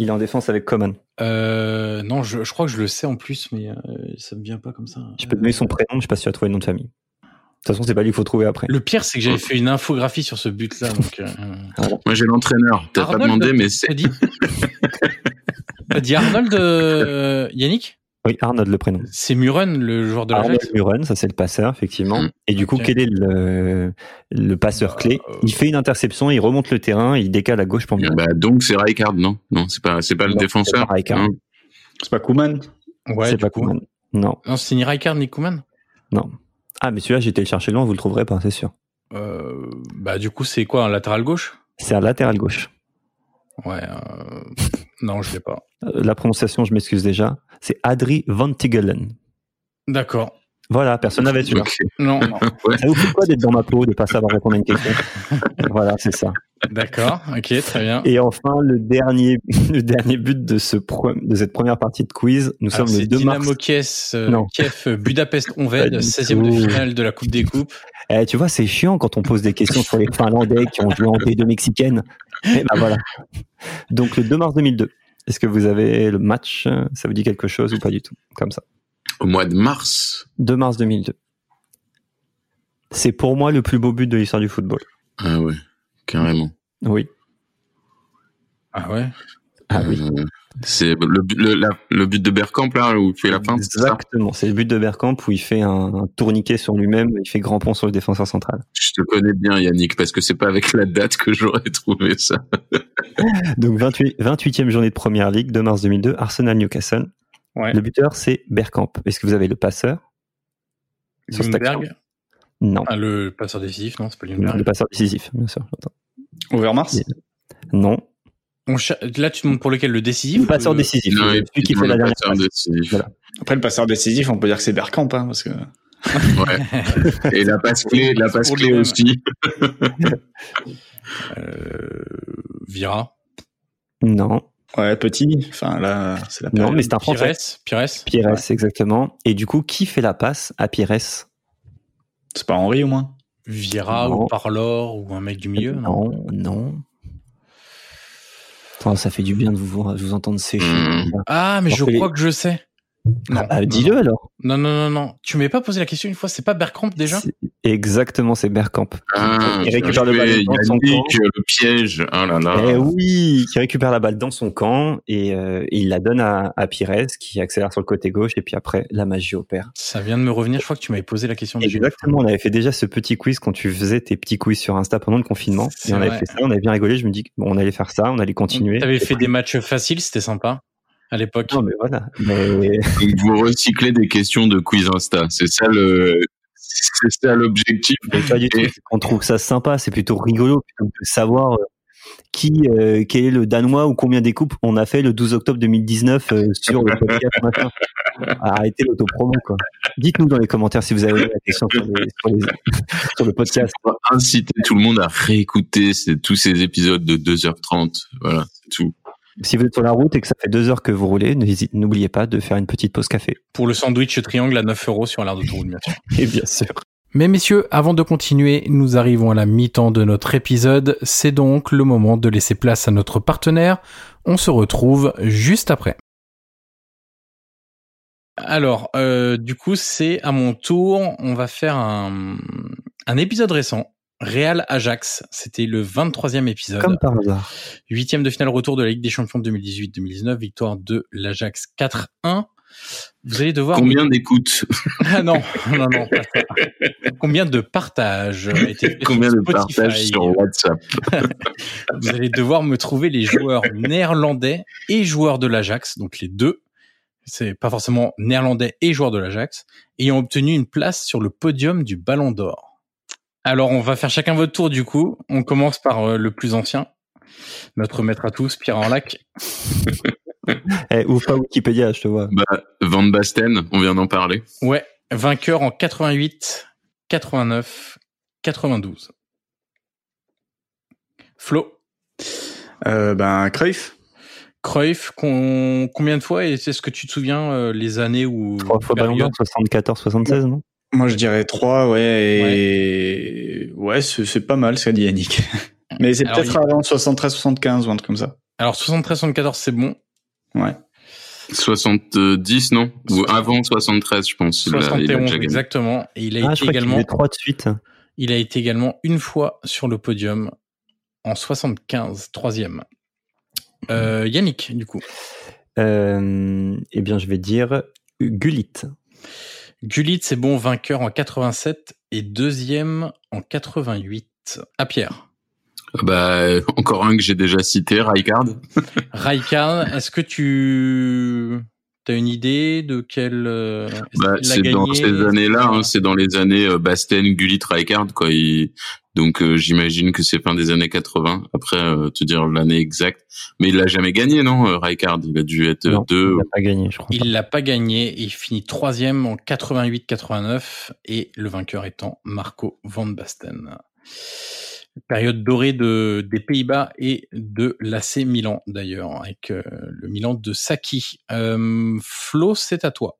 Il est en défense avec Coman. Euh, non, je, je crois que je le sais en plus, mais euh, ça me vient pas comme ça. Je peux te donner son prénom, je sais pas si tu as trouvé le nom de famille. De toute façon, c'est pas lui qu'il faut trouver après. Euh, Le pire, c'est que j'avais fait une infographie sur ce but-là. Donc, euh, Moi j'ai l'entraîneur. T'as pas Arnold demandé, mais t'as c'est dit T'as dit Arnold euh, Yannick Oui, Arnold le prénom. C'est Muren, le joueur de Arnold l'Ajax Muren, ça c'est le passeur, effectivement. Mm. Et du coup, Ok. quel est le, le passeur Bah, clé euh, Il fait une interception, il remonte le terrain, il décale à gauche pour Muren. Bah, donc c'est Rijkaard, non Non, c'est pas c'est pas le Non, défenseur. c'est pas Rijkaard. non C'est pas Koeman Ouais, c'est du pas coup. Koeman. Non, Non, c'est ni Rijkaard ni Koeman. non. Ah, mais celui-là, j'ai été le chercher loin, vous le trouverez pas, c'est sûr. Euh, bah, du coup, c'est quoi, un latéral gauche C'est à latéral gauche. Ouais. euh, non, je l'ai pas. Euh, La prononciation, je m'excuse déjà. C'est Adri Van Tigelen. D'accord. Voilà, personne n'avait celui-là. Ok. Non, Ça vous fait quoi d'être dans ma peau, de pas savoir répondre à une question Voilà, c'est ça. d'accord. Ok, très bien. Et enfin, le dernier, le dernier but de, ce pre- de cette première partie de quiz, nous Alors, sommes Ah, c'est le 2 Dynamo mars. Kiev, euh, Non. Kiev, euh, Budapest, Pas Onved, du 16e de tout. finale de la Coupe des Coupes. Eh, tu vois, c'est chiant quand on pose des questions sur les Finlandais qui ont joué en D2 mexicaine. Eh ben voilà. Donc, le 2 mars 2002. Est-ce que vous avez le match Ça vous dit quelque chose ou pas du tout Comme ça. Au mois de mars. 2 mars 2002. C'est pour moi le plus beau but de l'histoire du football. Ah ouais, carrément. Oui. Ah ouais Ah oui. Euh, C'est le, but- le, la- le but de Bergkamp, là, où tu es la fin. c'est ça Exactement. C'est le but de Bergkamp où il fait un, un tourniquet sur lui-même, il fait grand pont sur le défenseur central. Je te connais bien, Yannick, parce que c'est pas avec la date que j'aurais trouvé ça. Donc 28, 28e journée de Première Ligue, 2 mars 2002, Arsenal-Newcastle. Ouais. Le buteur, c'est Bergkamp. Est-ce que vous avez le passeur Sur cette Lundberg Non. Ah, Le passeur décisif, non, c'est pas Le Lundberg. passeur décisif, bien sûr. Attends. Overmars Yeah. Non. On cha- Là, tu demandes pour lequel le décisif Le passeur euh, décisif. Non, et Celui puis qui dans fait la le dernière pattern passe. décisif. Voilà. Après, le passeur décisif, on peut dire que c'est Bergkamp, hein, parce que Ouais. Et la passe clé, la passe Pour clé lui-même. aussi. euh, Vira. Non. ouais, petit. Enfin là, c'est la Non, période. mais c'est un français. Pires. Pires. Pires, exactement. Et du coup, qui fait la passe à Pires c'est pas Henri au moins. Vira Non. ou Parlor ou un mec du milieu. non Non, non. Attends, ça fait du bien de vous, voir- de vous entendre sécher. Mmh. Ah, mais je Marcelé. crois que je sais. Ah, Non. bah, Dis-le alors. Non, non, non, non. Tu m'avais pas posé la question une fois. C'est pas Bergkamp déjà C'est- Exactement, c'est Bergkamp. Ah, Il bien récupère le ballon joué, dans son Yannick, le piège. Ah là là. Eh oui, qui récupère la balle dans son camp et euh, il la donne à, à Pires qui accélère sur le côté gauche et puis après la magie opère. Ça vient de me revenir. Je crois que tu m'avais posé la question déjà. Exactement, on avait fait déjà ce petit quiz quand tu faisais tes petits quiz sur Insta pendant le confinement. C'est Et on avait vrai. fait ça, on avait bien rigolé. Je me dis qu'on allait faire ça, on allait continuer. T'avais fait des matchs faciles, c'était sympa à l'époque. Non mais voilà. Mais- Donc, vous recyclez des questions de quiz Insta. C'est ça le, c'est ça l'objectif. mais pas du tout. Et- On trouve ça sympa, c'est plutôt rigolo plutôt que de savoir euh, qui, euh, quel est le Danois ou combien des coupes on a fait le 12 octobre 2019 euh, sur le podcast machin. Arrêtez l'autopromo quoi. Dites-nous dans les commentaires si vous avez la question sur, les- sur les- sur le podcast. On va inciter tout le monde à réécouter ces- tous ces épisodes de 2h30. Voilà, c'est tout. Si vous êtes sur la route et que ça fait deux heures que vous roulez, n'hésite- n'oubliez pas de faire une petite pause café. Pour le sandwich triangle à 9 euros sur l'air d'autoroute, bien sûr. Et bien sûr. Mais messieurs, avant de continuer, nous arrivons à la mi-temps de notre épisode. C'est donc le moment de laisser place à notre partenaire. On se retrouve juste après. Alors, euh, du coup, c'est à mon tour. On va faire un, un épisode récent. Real Ajax, c'était le 23e épisode. Comme par hasard. Huitième de finale retour de la Ligue des Champions 2018-2019, victoire de l'Ajax 4-1. Vous allez devoir... Combien d'écoutes Ah non, non, non. pas ça. Combien de partages a été fait Combien de sur Spotify partages sur WhatsApp Vous allez devoir me trouver les joueurs néerlandais et joueurs de l'Ajax, donc les deux. C'est pas forcément néerlandais et joueurs de l'Ajax, ayant obtenu une place sur le podium du Ballon d'Or. Alors, on va faire chacun votre tour du coup. On commence par euh, le plus ancien, notre maître à tous, Pierre Lac. Eh, ouvre pas Wikipédia, je te vois. Van Basten, on vient d'en parler. Ouais, vainqueur en 88, 89, 92. Flo, Euh, ben Cruyff. Cruyff, con- combien de fois et est-ce que tu te souviens euh, les années où Trois fois Ballon d'Or, 74, 76, non Moi, je dirais 3, ouais. Et... Ouais, c'est c'est pas mal ce qu'a dit Yannick. Mais c'est Alors, peut-être il- avant 73-75 ou un truc comme ça. Alors 73 74 c'est bon. 70, non Ou avant 73, je pense. il a- il a déjà 71 gagné. exactement et il a Ah, je crois été qu'il également faisait trois de suite. il a été également une fois sur le podium en 75, troisième. Euh, Yannick du coup. Euh, eh bien, je vais dire Gullit. Gullit c'est bon vainqueur en 87 et deuxième en 88. À Pierre. Bah, encore un que j'ai déjà cité, Rijkaard. Raikkonen, est-ce que tu as une idée de quel euh, est-ce Bah, qu'il l'a c'est dans gagné euh, ces années-là, hein, c'est dans les années euh, Basten, Gullit, Rijkaard, quoi. Il- Donc euh, j'imagine que c'est fin des années 80. Après, euh, te dire l'année exacte, mais il l'a jamais gagné, non, euh, Rijkaard Il a dû être euh, Non, deux. Il n'a pas gagné, je crois. Il l'a pas gagné et il finit troisième en 88-89 et le vainqueur étant Marco van Basten. Période dorée de, des Pays-Bas et de l'AC Milan d'ailleurs, avec euh, le Milan de Saki. Euh, Flo, c'est à toi.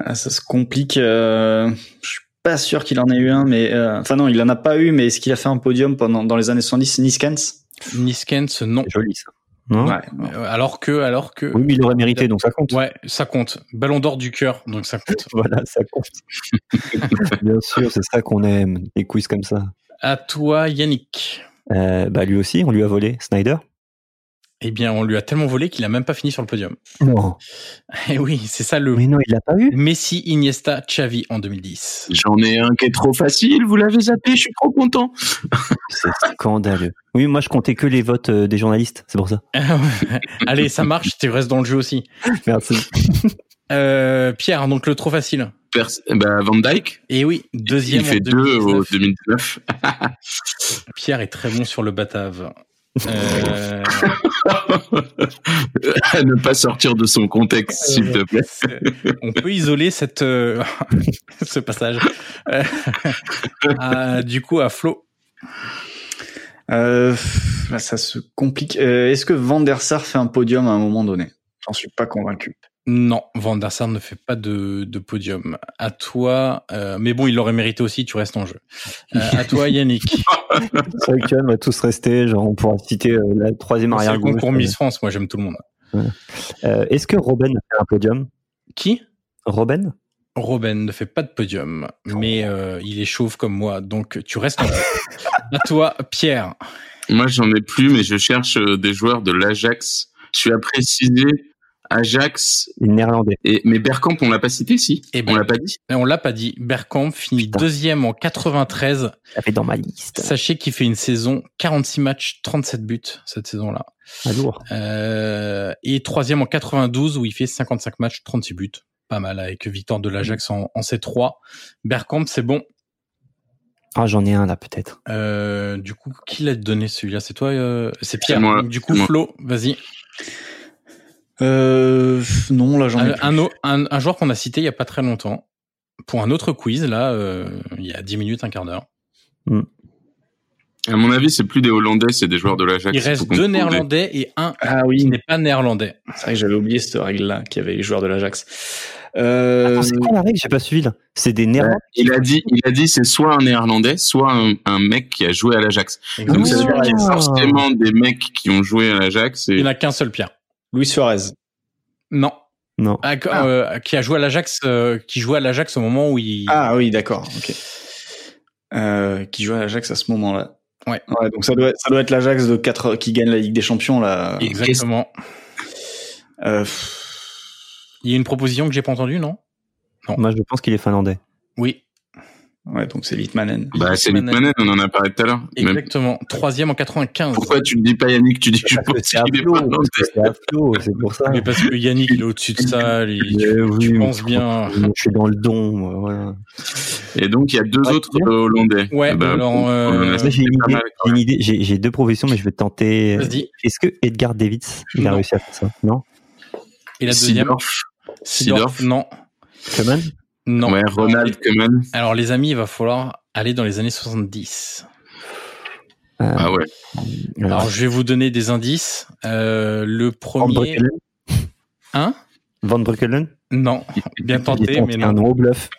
Ah, ça se complique. euh, Je suis pas sûr qu'il en ait eu un, mais euh, enfin non, il en a pas eu. Mais est-ce qu'il a fait un podium pendant dans les années 70 Niskans Niskens, non. C'est joli, ça. Non ouais. Euh, Alors que, alors que. Oui, mais il aurait mérité, donc ça compte. Ouais, ça compte. Ballon d'or du cœur, donc ça compte. Voilà, ça compte. Bien sûr, c'est ça qu'on aime, les quiz comme ça. À toi, Yannick. Euh, bah lui aussi, on lui a volé Snyder. Eh bien, on lui a tellement volé qu'il a même pas fini sur le podium. Non. Eh oui, c'est ça le Mais non, il l'a pas eu. Messi, Iniesta, Xavi en 2010. J'en ai un qui est trop facile, vous l'avez zappé, je suis trop content. C'est scandaleux. Oui, moi je comptais que les votes euh, des journalistes, c'est pour ça. Allez, ça marche, tu restes dans le jeu aussi. Merci. Euh, Pierre, donc le trop facile. Pers- bah, Van Dyke, Et oui, deuxième il fait en deux euh, au 2019. 2019. Pierre est très bon sur le batave. Euh, à ne pas sortir de son contexte, Euh, s'il te plaît. c'est- on peut isoler cette, euh, ce passage Euh, à- du coup à Flo. Euh, pff, là, ça se complique. Euh, Est-ce que Van der Sar fait un podium à un moment donné J'en suis pas convaincu. Non, Van der Sar ne fait pas de, de podium. À toi, euh, mais bon, il l'aurait mérité aussi, tu restes en jeu. Euh, à toi, Yannick. C'est vrai que tu vois, on va tous rester. Genre, on pourra citer euh, la troisième C'est arrière le concours Miss France, moi j'aime tout le monde. Est-ce que Robin a fait un podium Qui Robin Robin ne fait pas de podium, mais euh, il est chauve comme moi, donc tu restes en jeu. à toi, Pierre. Moi, j'en ai plus, mais je cherche euh, des joueurs de l'Ajax. Je suis à préciser Ajax, Il est néerlandais. et... mais Bergkamp, on l'a pas cité, si Eh ben. On l'a pas dit Et on l'a pas dit, Bergkamp finit Putain. deuxième en 93. Ça fait dans ma liste. Sachez qu'il fait une saison 46 matchs, 37 buts cette saison-là. Ah, lourd. Euh, et troisième en 92 où il fait 55 matchs, 36 buts. Pas mal avec Victor de l'Ajax en, en C3. Bergkamp, c'est bon. Ah, j'en ai un là, peut-être. Euh, du coup, qui l'a donné celui-là C'est toi euh, C'est Pierre. C'est moi. Du coup, C'est moi. Flo, vas-y. Euh, non, là j'en ai Un, plus. un, au- un- un joueur qu'on a cité il y a pas très longtemps pour un autre quiz, là, euh, il y a 10 minutes, un quart d'heure. À mon avis, c'est plus des Hollandais, c'est des joueurs de l'Ajax. Il faut reste qu'on deux trouve des- Néerlandais et un Ah qui oui, n'est pas néerlandais. c'est vrai que j'avais oublié cette règle-là qu'il y avait les joueurs de l'Ajax. Euh, Attends, Ah, c'est quoi la règle J'ai pas suivi là. C'est des néerlandais. Il a dit, il a dit, c'est soit un Néerlandais, soit un, un mec qui a joué à l'Ajax. Ouh. Donc, ça veut Exactement. dire qu'il y a forcément des mecs qui ont joué à l'Ajax. Il Et... n'y en a qu'un seul, Pierre. Luis Suarez. Non. Non. Ah, que- euh, qui a joué à l'Ajax, euh, qui jouait à l'Ajax au moment où il. Ah oui, d'accord. Ok. Euh, qui joue à l'Ajax à ce moment-là. Ouais. donc ça doit, ça doit être l'Ajax de 4 qui gagne la Ligue des Champions là. Exactement. Euh, pff, Il y a une proposition que j'ai pas entendue, non Moi, je pense qu'il est finlandais. Oui, ouais, donc c'est Litmanen. Bah, c'est Litmanen, on en a parlé tout à l'heure. Mais exactement. Troisième en 95. pourquoi tu ne dis pas Yannick, tu dis que je Parce que pense C'est à qu'il est flot, pas parce que Hollandais. c'est à flot, c'est pour ça. Mais parce que Yannick, il est au-dessus de ça. il- Eh oui, tu mais penses bien. Je suis dans le don. moi, voilà. Et donc, il y a deux Ouais, autres bien. euh, Hollandais. Bah, Ouais, Eh ben, alors, bon, euh, on en a Ouais, Là, j'ai cité une pas idée. mal, j'ai quand une idée, J'ai j'ai deux professions, mais je vais tenter. euh, Vas-y. Est-ce que Edgar Davids, il a Non. réussi à faire ça Non Et la même. deuxième Seedorf. Sidorf. Non. Coman Non. Ouais, Ronald Koeman. Alors, les amis, il va falloir aller dans les années 70. Ah ouais. Alors, Alors, je vais vous donner des indices. Euh, le Van premier. Breukelen Hein Van Breukelen Non. Bien Il tenté, est hein, mais un non. gros bluff.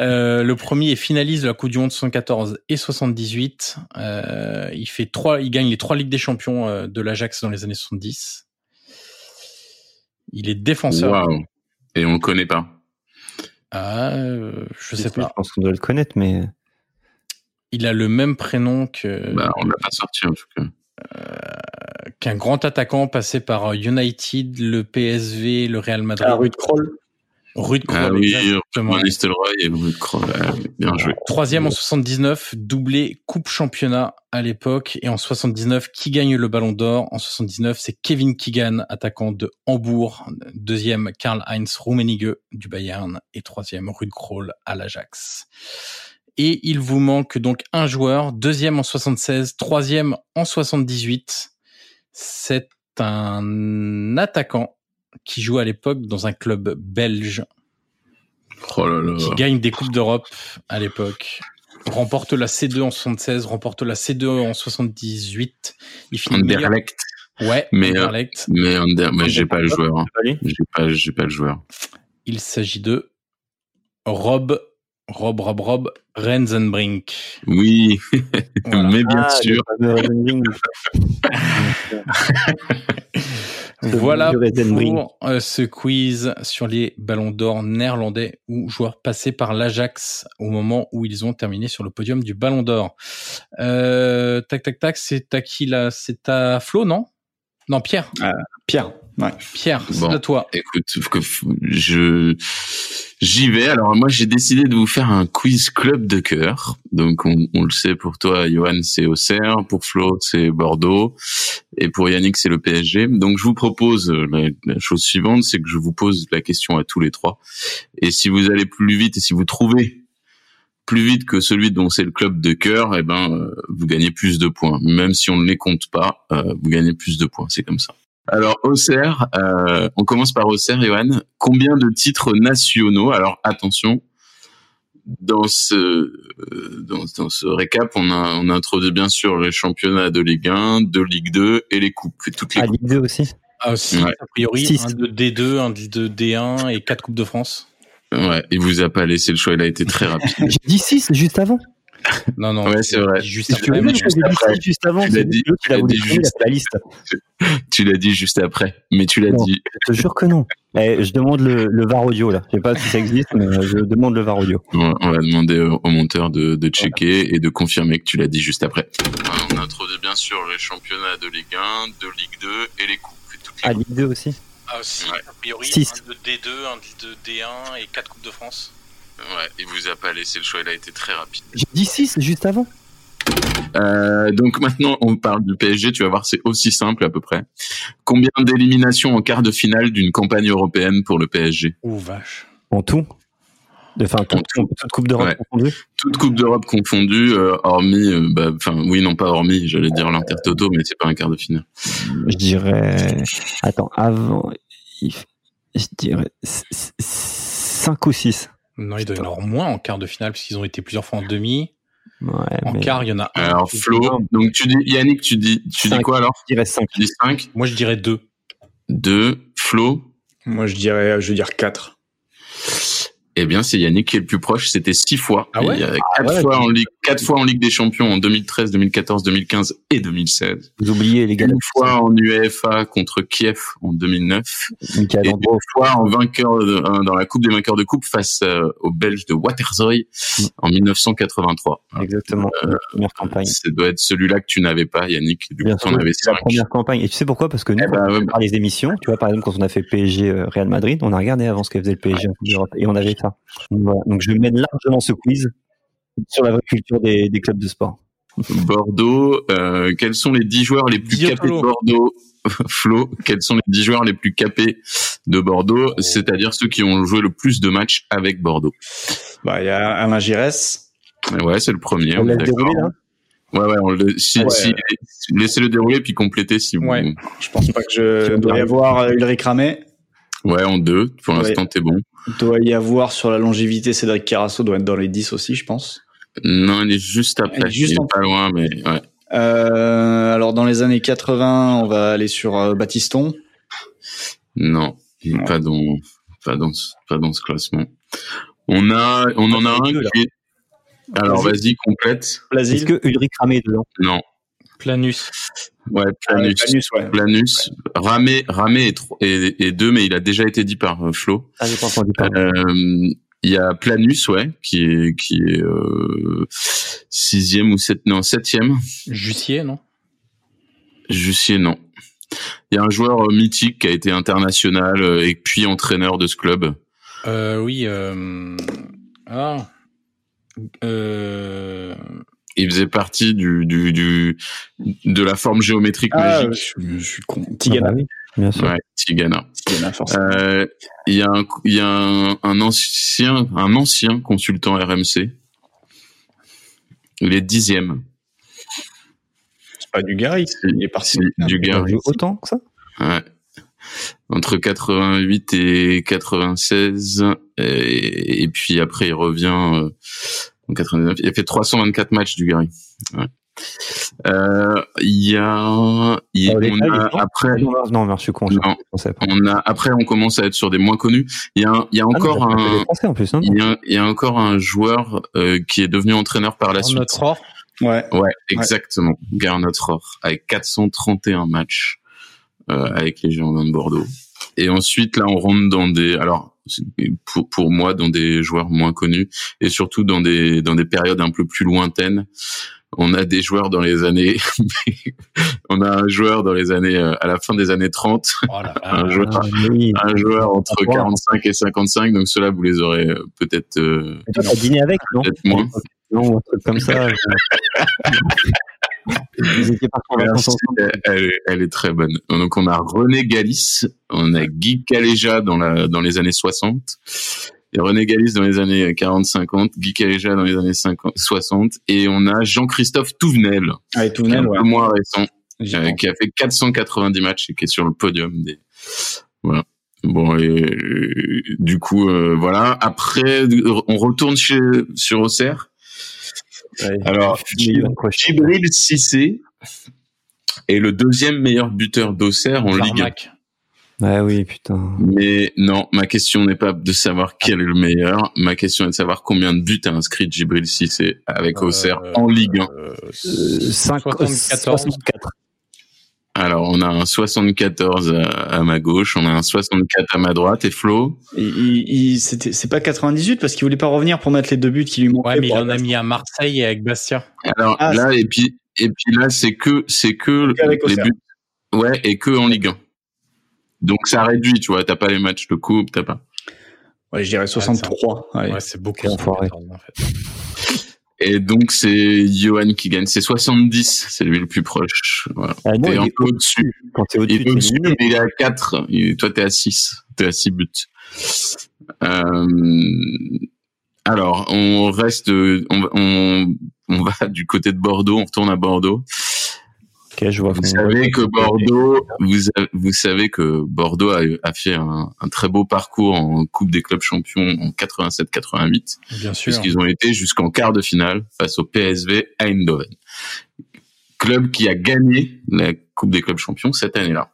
Euh, le premier est finaliste de la Coupe du Monde 74 et 78. Euh, il fait trois, il gagne les trois ligues des champions euh, de l'Ajax dans les années 70. Il est défenseur. Waouh. Et on le connaît pas. Ah, euh, je Je sais pas. pense qu'on doit le connaître, mais Il a le même prénom que Bah, on l'a pas sorti, en tout cas. qu'un grand attaquant passé par United, le PSV, le Real Madrid. Ah, Ruud Kroll. Ruud Krol, Ah oui, exactement. Van Nistelrooy et Ruud Krol. Ah, Bien joué. Troisième en 79, doublé Coupe Championnat à l'époque. Et en 79, qui gagne le Ballon d'Or En 79, c'est Kevin Keegan, attaquant de Hambourg. Deuxième, Karl-Heinz Rummenigge du Bayern. Et troisième, Ruud Kroll à l'Ajax. Et il vous manque donc un joueur, deuxième en 76, troisième en 78. C'est un attaquant qui joue à l'époque dans un club belge Oh là là. qui gagne des Coupes d'Europe à l'époque, remporte la C2 en 76, remporte la C2 en 78. Il finit meilleur. Anderlecht. Ouais, Mais, euh, Anderlecht. Mais Ander, mais j'ai pas le joueur. hein. Allez. J'ai pas, j'ai pas le joueur. Il s'agit de Rob, Rob, Rob, Rob Renzenbrink. Oui, Voilà. mais bien Ah, sûr. le fameux Elden Ring. Voilà Duret Den Brink. pour euh, ce quiz sur les ballons d'or néerlandais ou joueurs passés par l'Ajax au moment où ils ont terminé sur le podium du ballon d'or. Euh, tac, tac, tac, c'est à qui là C'est à Flo, non Non, Pierre. Pierre. Ouais. Pierre, c'est Bon. à toi. Écoute, que f- je j'y vais. Alors moi, j'ai décidé de vous faire un quiz club de cœur. Donc on, on le sait pour toi, Johan, c'est Auxerre, pour Flo, c'est Bordeaux, et pour Yannick, c'est le PSG. Donc je vous propose euh, la, la chose suivante, c'est que je vous pose la question à tous les trois. Et si vous allez plus vite et si vous trouvez plus vite que celui dont c'est le club de cœur, eh ben euh, vous gagnez plus de points. Même si on ne les compte pas, euh, vous gagnez plus de points. C'est comme ça. Alors, Auxerre, euh, on commence par Auxerre, Johan. Combien de titres nationaux Alors, attention, dans ce, euh, dans, dans ce récap, on, a, on introduit bien sûr les championnats de Ligue 1, de Ligue 2 et les coupes. Et toutes les Ah, coupes. Ligue 2 aussi. Ah, six, Ouais. a priori, Six. un de D2, un de D1 et quatre Coupes de France. Ouais, il vous a pas laissé le choix, il a été très rapide. J'ai dit 6 juste avant. Non, non. Ouais, c'est vrai. Juste Tu l'as dit, après, mais- juste après. juste avant. Tu c'est l'as dit, l'autre, tu il a l'as voulu dit prendre, il a juste fait la liste. tu l'as dit juste après, mais tu l'as Non. dit. Je te jure que non. Eh, je demande le, le VAR audio là. Je sais pas si ça existe, mais euh, je demande le VAR audio. On on va demander au au monteur de, de checker et de confirmer que tu l'as dit juste après. On introduit bien sûr les championnats de Ligue 1, de Ligue 2 et les coupes. Et toutes les Ah, Ligue 2 aussi. Ah, six, Ouais. a priori, Six. un de D2, un de D1 et quatre Coupes de France. Ouais, il vous a pas laissé le choix, il a été très rapide. J'ai dit 6 juste avant. Euh, donc maintenant, on parle du PSG, tu vas voir, c'est aussi simple à peu près. Combien d'éliminations en quart de finale d'une campagne européenne pour le PSG Oh vache. En tout. Enfin, tout, En tout. toute Coupe d'Europe Ouais. confondue. Toute Coupe d'Europe confondue, euh, hormis, euh, bah, enfin oui, non pas hormis, j'allais dire l'Intertoto, mais c'est pas un quart de finale. Je dirais. Attends, avant. il- Je dirais 5 ou 6. Non, il doit y en avoir moins en quart de finale, puisqu'ils ont été plusieurs fois en demi. Ouais, En mais quart, il y en a un. Alors Flo, donc tu dis, Yannick, tu dis, tu dis Cinq. quoi alors Je dirais 5. Tu dis 5 Moi, je dirais deux. 2, Flo. Moi, je dirais, euh, je veux dire 4. Eh bien, c'est Yannick qui est le plus proche. C'était six fois. Ah ouais Il y a quatre ouais, fois en Ligue, quatre fois en Ligue des Champions en 2013, 2014, 2015 et 2016. Vous oubliez les gars. Une fois en UEFA contre Kiev en 2009. Michael Et une Landreau. fois en vainqueur de- euh, dans la Coupe des vainqueurs de coupe face euh, aux Belges de Waterzoy Mm. en 1983. Exactement. la première campagne. Ça doit être celui-là que tu n'avais pas, Yannick. Du Bien coup, t'en sûr, avais c'est la cinq. première campagne. Et tu sais pourquoi Parce que nous, Eh ben, ouais, par les émissions, tu vois, par exemple, quand on a fait PSG euh, Real Madrid, on a regardé avant ce que faisait le PSG en Coupe d'Europe et on avait ça. Donc, voilà. Donc je mène largement ce quiz sur la vraie culture des, des clubs de sport. Bordeaux, euh, quels sont les 10 joueurs les plus capés de Diopolo. Bordeaux Flo, quels sont les 10 joueurs les plus capés de Oh. Bordeaux, c'est-à-dire ceux qui ont joué le plus de matchs avec Bordeaux Bah, il y a Alain Giresse. Ouais, c'est le premier. On on est l'a d'accord. déroulé hein. là Ouais, ouais, on le- si, Ouais. si- laissez-le dérouler puis complétez si vous. Ouais. Ouais, Je pense pas que je Tu dois y veux avoir euh, Ulrich Ramé. en deux. Pour Ouais. l'instant, t'es bon. Doit y avoir sur la longévité Cédric Carasso doit être dans les 10 aussi, je pense. Non, il est juste Il après. est juste il est en- pas loin, mais ouais. Euh, alors dans les années 80, on va aller sur euh, Batiston. Non, il est Ouais. pas dans, pas dans, ce- pas dans ce classement. On a, on en a les un deux, là. qui est. Alors, vas-y, complète. Est-ce Plasil. que Ulrich Ramé est dedans Non. Planus. Ouais, Ah, Planus. Planus, ouais. Planus, Ramé, Ramé est, tro- est- est deux, mais il a déjà été dit par euh, Flo. Ah, j'ai pas entendu parler. Euh, Il y a Planus, ouais, qui est qui est euh, sixième ou sept, non septième. Jussier, non Jussier, non. Il y a un joueur euh, mythique qui a été international euh, et puis entraîneur de ce club. euh, Oui. Euh... Ah. Euh... Il faisait partie du du, du de la forme géométrique Ah, je, magique. suis- je suis con. Ah Tigana. bah oui, bien sûr. Ouais, Tigana. Tigana, forcément. Euh, Il y a un il y a un, un ancien un ancien consultant RMC. Il est dixième. C'est pas du Gary. Il est parti. C'est du Il a gars. joué autant que ça Ouais. Entre 88 et 96. Et, et puis après, il revient euh, en 89. Il a fait 324 matchs du Gary. Ouais. Euh, Il y a, il- Ah, les on gars, a les gens, après, Non, non, non, mais je suis con, je Non. pensais pas. on a après, on commence à être sur des moins connus. Il y a, un- il y a Ah, non, encore j'ai appris un, les Français en plus, non il y a, il y a encore un joueur euh, qui est devenu entraîneur par la Arnaud suite. Rohr. Ouais. Ouais, exactement. Garnot Rohr, avec 431 matchs. euh, avec les Girondins de Bordeaux. Et ensuite, là, on rentre dans des, alors pour, pour moi, dans des joueurs moins connus et surtout dans des dans des périodes un peu plus lointaines. On a des joueurs dans les années, on a un joueur dans les années euh, à la fin des années 30, Oh la un vache. joueur, Ah, oui. un joueur entre Wow. 45 et 55. Donc ceux-là, vous les aurez euh, peut-être euh, Mais toi, t'as dîné avec, non peut-être moins. Non, ou un truc comme ça. euh. Ils étaient partis en vacances Merci, ensemble. Elle, est- elle est très bonne. Donc on a René Galis, on a Guy Caléja dans la dans les années 60. Et René Galis dans les années 40-50, Guy Caléja dans les années 50, 60, et on a Jean-Christophe Touvenel, Ah, et un Tounel, ouais. peu moins récent, J'y euh, pense. qui a fait 490 matchs et qui est sur le podium des. Voilà. Bon et euh, du coup euh, voilà. Après on retourne chez sur Auxerre. Ouais. Alors Mais ils ont accroché. Djibril Cissé est le deuxième meilleur buteur d'Auxerre en Ligue 1. Tarmac. Ah oui, putain. Mais non, ma question n'est pas de savoir quel est le meilleur. Ma question est de savoir combien de buts a inscrit Djibril Cissé avec Auxerre Euh, en Ligue 1. euh, Euh, cinq- 74. 64. Alors, on a un 74 à, à ma gauche, on a un 64 à ma droite. Et Flo, Il- il- il- c'était- c'est pas 98 parce qu'il voulait pas revenir pour mettre les deux buts qui lui manquaient. Ouais, mais il pour en a atteindre- mis à Marseille et avec Bastia. alors Ah, là, et puis, et puis là, c'est que, c'est que Que avec les Auxerre. buts. Ouais, et que en Ligue 1. Donc, ça réduit, tu vois. T'as pas les matchs de coupe, t'as pas. Ouais, je dirais 63. allez. Ouais, c'est beaucoup. Quel enfoiré. 74, en fait. Et donc, c'est Johan qui gagne. C'est 70, c'est lui le plus proche. Voilà. Ah non, T'es un il est peu au-dessus. quand t'es au-dessus, Il est t'es au-dessus, éliminé. mais il est à 4. Et toi, t'es à 6. T'es à 6 buts. Euh, alors, on reste, euh, on, va- on, on va du côté de Bordeaux, on retourne à Bordeaux. Ok, je vois. Vous savez que Bordeaux, vous, a- vous savez que Bordeaux a, a fait un, un très beau parcours en Coupe des clubs champions en 87-88, Bien sûr. puisqu'ils ont été jusqu'en quart de finale face au PSV Eindhoven, club qui a gagné la Coupe des clubs champions cette année-là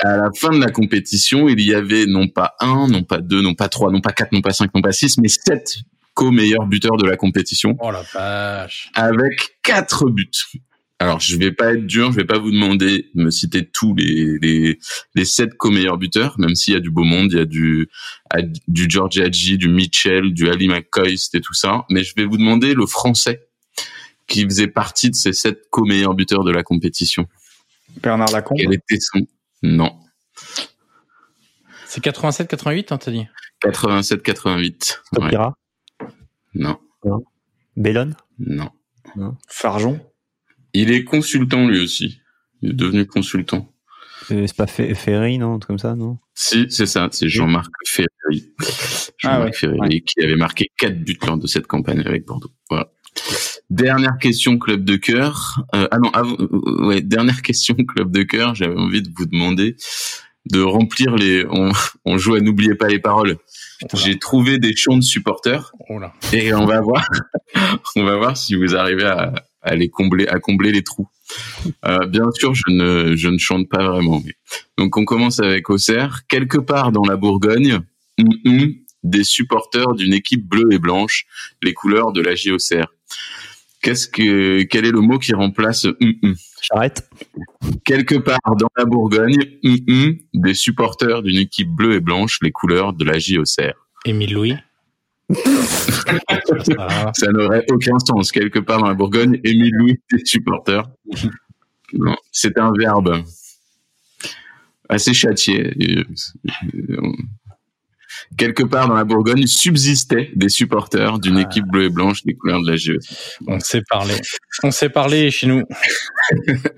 à la fin de la compétition, il y avait non pas un, non pas deux, non pas trois, non pas quatre, non pas cinq, non pas six, mais sept co-meilleurs buteurs de la compétition Oh la vache. avec quatre buts. Alors, je vais pas être dur, je vais pas vous demander de me citer tous les les les sept co-meilleurs buteurs, même s'il y a du beau monde, il y a du à- du George Hadji, du Mitchell, du Ali McCoist et tout ça, mais je vais vous demander le français qui faisait partie de ces sept co-meilleurs buteurs de la compétition. Bernard Lacombe. Quel était son non C'est 87-88, hein, t'as dit 87-88. Ouais. Topira, Non, Bellone. non. Farjon. Il est consultant lui aussi. Il est devenu consultant. Euh, C'est pas Fe- Ferry, non un truc comme ça, non Si, c'est ça, c'est Jean-Marc Ferry. Jean-Marc Ah ouais, Ferry qui avait marqué quatre buts lors de cette campagne avec Bordeaux. Voilà. Dernière question club de cœur. Euh, ah non, avant- euh, ouais, dernière question club de cœur. J'avais envie de vous demander de remplir les. On, on joue à n'oubliez pas les paroles. Putain, J'ai trouvé des chants de supporters. Oh là. Et on va voir, on va voir si vous arrivez à, à les combler, à combler les trous. Euh, bien sûr, je ne, je ne chante pas vraiment. mais- Donc, on commence avec Auxerre. Quelque part dans la Bourgogne, hum, hum, des supporters d'une équipe bleue et blanche, les couleurs de la J Auxerre. Qu'est-ce que, quel est le mot qui remplace hum, hum Charrette. Quelque part dans la Bourgogne, hum, hum, des supporters d'une équipe bleue et blanche, les couleurs de la J Auxerre. Émile Louis. Ah, Ça n'aurait aucun sens. Quelque part dans la Bourgogne, Émile Louis des supporters. Non, c'est un verbe assez châtié. Euh, euh, Quelque part dans la Bourgogne subsistaient des supporters d'une équipe bleue et blanche des couleurs de la E. GE. on s'est parlé. On s'est parlé chez nous.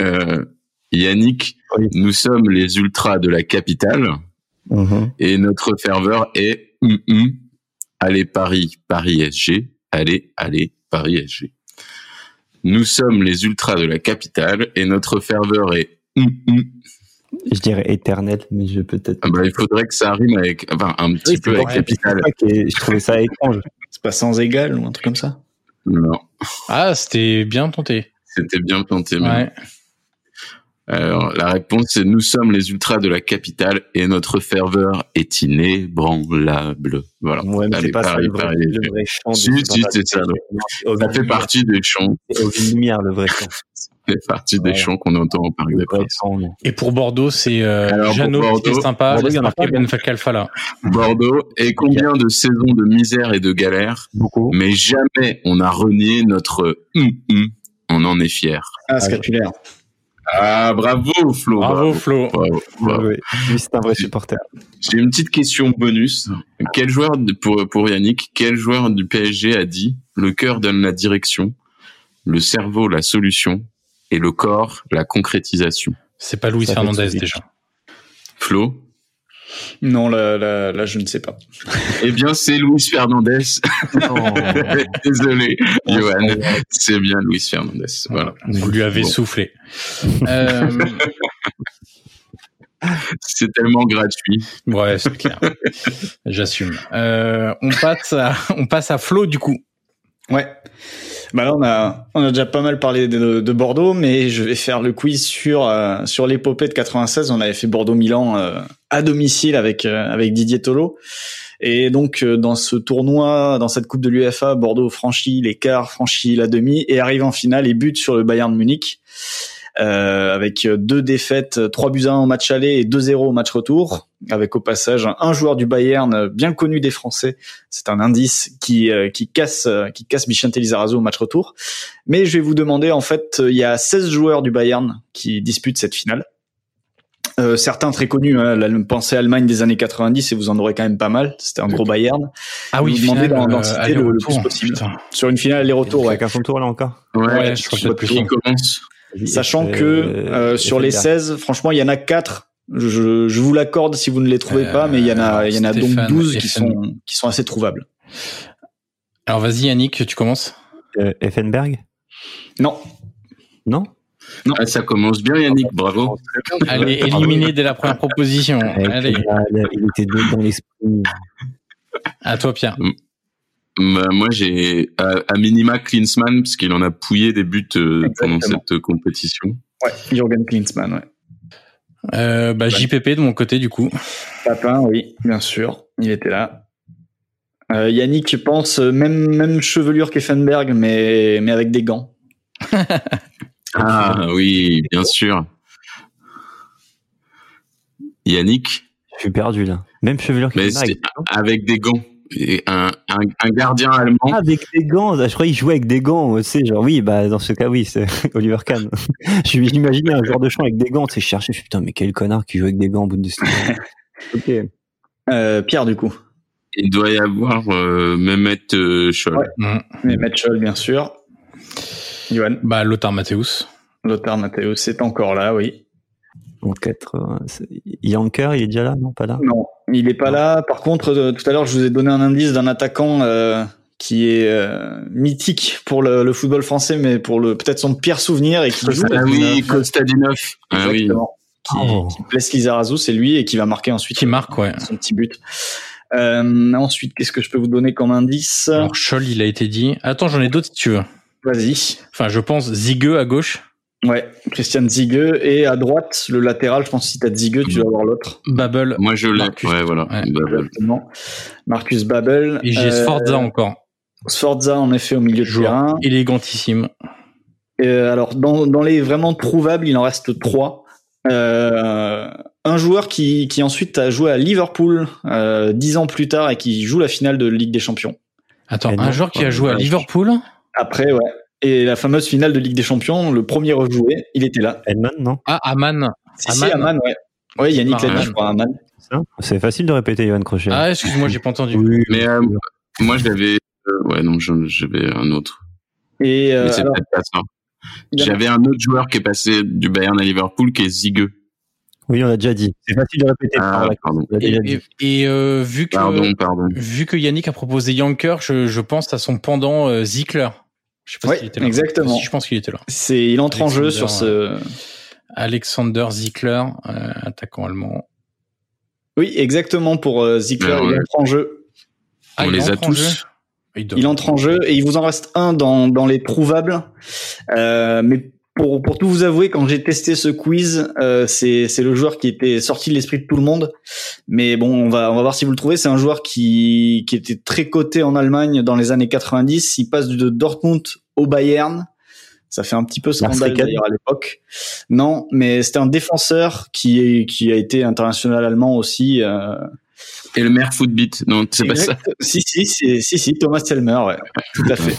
Euh, Yannick, Oui. nous sommes les ultras de la capitale et notre ferveur est hum, hum. allez Paris, Paris SG, allez, allez, Paris SG. Nous sommes les ultras de la capitale et notre ferveur est hum, hum. Je dirais éternel, mais je peut-être. Ah bah, il faudrait que ça rime avec, enfin, un petit Oui, c'est peu avec vrai, capitale. c'est ça qui est- Je trouvais ça étrange. C'est pas sans égal ou un truc comme ça. Non, Ah, c'était bien tenté. c'était bien planté. mais Ouais. Alors, la réponse est nous sommes les ultras de la capitale et notre ferveur est inébranlable. Voilà. Ouais, mais Allez, c'est pas ça Paris, le vrai, Paris SG. le vrai chant. Si, si, c'est ça. Au Ça fait lumière, partie des chants. au lumière, le vrai chant. fait partie des Ouais. chants qu'on entend au Parc des Princes. Et pour Bordeaux, c'est Alors, euh, pour Jeannot Bordeaux- qui est sympa, Bordeaux, il y en a Spark pas, et Ben Falcalfala. Bordeaux, et combien de saisons de misère et de galère, Beaucoup. mais jamais on a renié notre hum, hum. on en est fier. Ah, scapulaire. Ah, bravo Flo. Bravo Flo. Bravo, bravo. Ouais, ouais. Lui, c'est un vrai supporter. J'ai une petite question bonus. Quel joueur de- pour, pour Yannick, quel joueur du PSG a dit le cœur donne la direction, le cerveau la solution et le corps la concrétisation C'est pas Luis Ça fait Fernandez tout de suite. déjà. Flo Non, là, là, là, je ne sais pas. Eh bien, c'est Luis Fernandez. Désolé, Johan. Ah, C'est bien Luis Fernandez. Voilà. Vous lui avez Bon. soufflé. Euh, C'est tellement gratuit. ouais, c'est clair. J'assume. Euh, on passe à, on passe à Flo du coup. Ouais. Bah là, on a, on a déjà pas mal parlé de, de Bordeaux, mais je vais faire le quiz sur, euh, sur l'épopée de 96. On avait fait Bordeaux-Milan euh, à domicile avec, euh, avec Didier Tolo. Et donc, euh, dans ce tournoi, dans cette Coupe de l'UEFA, Bordeaux franchit les quarts, franchit la demi et arrive en finale et bute sur le Bayern de Munich. euh, avec euh, deux défaites, euh, trois buts à 1 au match aller et 2-0 au match retour, avec au passage un- un joueur du Bayern euh, bien connu des Français, c'est un indice qui euh, qui casse euh, qui casse Bichente Lizarazu au match retour. Mais je vais vous demander en fait, euh, il y a 16 joueurs du Bayern qui disputent cette finale. Euh, certains très connus, hein, la pensée Allemagne des années 90 et vous en aurez quand même pas mal. C'était un gros Bayern Ah oui, Vous demandez finale, d'en- d'en euh, citer aller le- le retour. plus possible. Putain. sur une finale aller-retour. ouais. Chacun son tour, là, encore. Ouais, Ouais, je crois que c'est plus qui long. commence Sachant Et- que euh, sur les 16, franchement, il y en a 4. Je, je vous l'accorde si vous ne les trouvez Euh, pas, mais il y en a, il y en a donc Stéphane 12 qui Essen. sont qui sont assez trouvables. Alors vas-y Yannick, tu commences. Euh, Effenberg Non, Non Ah, ça commence bien, Yannick. Bravo. Allez, éliminé dès la première proposition. Allez, Eh, Il était dans l'esprit. à toi Pierre. Bah, moi, j'ai à, à minima Klinsmann, parce qu'il en a pouillé des buts euh, pendant Exactement. cette euh, compétition. ouais, Jürgen Klinsmann, ouais. Euh, bah, JPP de mon côté du coup. Papin, oui, bien sûr, il était là. Euh, Yannick je pense euh, même même chevelure qu'Effenberg, mais mais avec des gants. Ah oui, bien sûr. Yannick, Je suis perdu, là. Même chevelure mais qu'Effenberg. c'est avec des gants. Et un, un, un gardien allemand. Ah, avec des gants. Je croyais qu'il jouait avec des gants. Tu sais, genre, oui, bah, dans ce cas, oui, c'est Oliver Kahn. Je m'imaginais un joueur de champ avec des gants. Tu sais, je cherchais, je fais, putain, mais quel connard qui joue avec des gants au bout de ce Ok. Euh, Pierre du coup, Il doit y avoir euh, Mehmet euh, Scholl. Ouais. Mm. mais Mitchell bien sûr. Johan, Bah Lothar Matthäus. Lothar Matthäus c'est encore là, oui. En 80. c'est- Yanker, il est déjà là Non, pas là. Non, il n'est pas là. Par contre, euh, tout à l'heure, je vous ai donné un indice d'un attaquant euh, qui est euh, mythique pour le, le football français, mais pour le peut-être son pire souvenir et qui joue euh, Ah oui, Kostadinov. Ah oui. Exactement. qui, Oh. qui blesse Lizarazu, c'est lui et qui va marquer ensuite Qui marque, ouais. son petit but. Euh, ensuite, qu'est-ce que je peux vous donner comme indice Alors Scholl, il a été dit. Attends, j'en ai d'autres si tu veux. Vas-y. Enfin, je pense Zigue à gauche. Ouais, Christian Zigue et à droite le latéral. Je pense que si t'as Zigue, tu dois avoir l'autre. Babel. Moi, je l'ai. Marcus. Ouais, voilà. Ouais. Bah, bah. Exactement. Marcus Babel. Et j'ai Euh, Sforza encore. Sforza en effet au milieu de Joueur. terrain. Élégantissime. Euh, alors, dans, dans les vraiment trouvables, il en reste trois. Euh, un joueur qui, qui ensuite a joué à Liverpool euh, dix ans plus tard et qui joue la finale de Ligue des Champions. Attends, Et un non, joueur qui a ouais, joué à ouais. Liverpool. Après, ouais. Et la fameuse finale de Ligue des Champions, le premier rejoué, il était là. Edman, non Ah, Aman. Si, Aman. si, Aman, ouais. Ouais, Yannick Ah, l'a dit, ouais. je crois, Aman. Ça C'est facile de répéter, Johan Crochet. Ah, excuse-moi, j'ai pas entendu. oui. Mais euh, moi, je l'avais. euh, ouais, non, je- j'avais un autre. Et euh, Mais c'est alors, peut-être pas ça. il y en a- J'avais un autre joueur qui est passé du Bayern à Liverpool qui est Zigue. Oui, on a déjà dit. C'est facile de répéter. Ah, pardon, pardon. on l'a Et, déjà dit. et- et, euh, vu que Pardon, pardon. vu que Yannick a proposé Yanker, je, je pense à son pendant euh, Ziegler. Je sais pas Ouais, s'il était là. exactement. Si, je pense qu'il était là. c'est, il entre en jeu sur ce. Alexander Ziegler, euh, attaquant allemand. Oui, exactement pour euh, Ziegler, Ouais, il ouais. entre en jeu. Ah, On il les a entre en jeu tous. Il doit- Il entre en jeu et il vous en reste un dans, dans les trouvables. Euh, mais pour, pour tout vous avouer, quand j'ai testé ce quiz, euh, c'est c'est le joueur qui était sorti de l'esprit de tout le monde. Mais bon, on va, on va voir si vous le trouvez. C'est un joueur qui, qui était très coté en Allemagne dans les années 90. Il passe de Dortmund au Bayern. Ça fait un petit peu Lars scandale Ricken. d'ailleurs à l'époque. Non, mais c'était un défenseur qui, est, qui a été international allemand aussi. euh, Et le maire Footbeat. Non, c'est pas ça. exact- Si, si, si, si, si, Thomas Telmer, ouais. Tout à fait.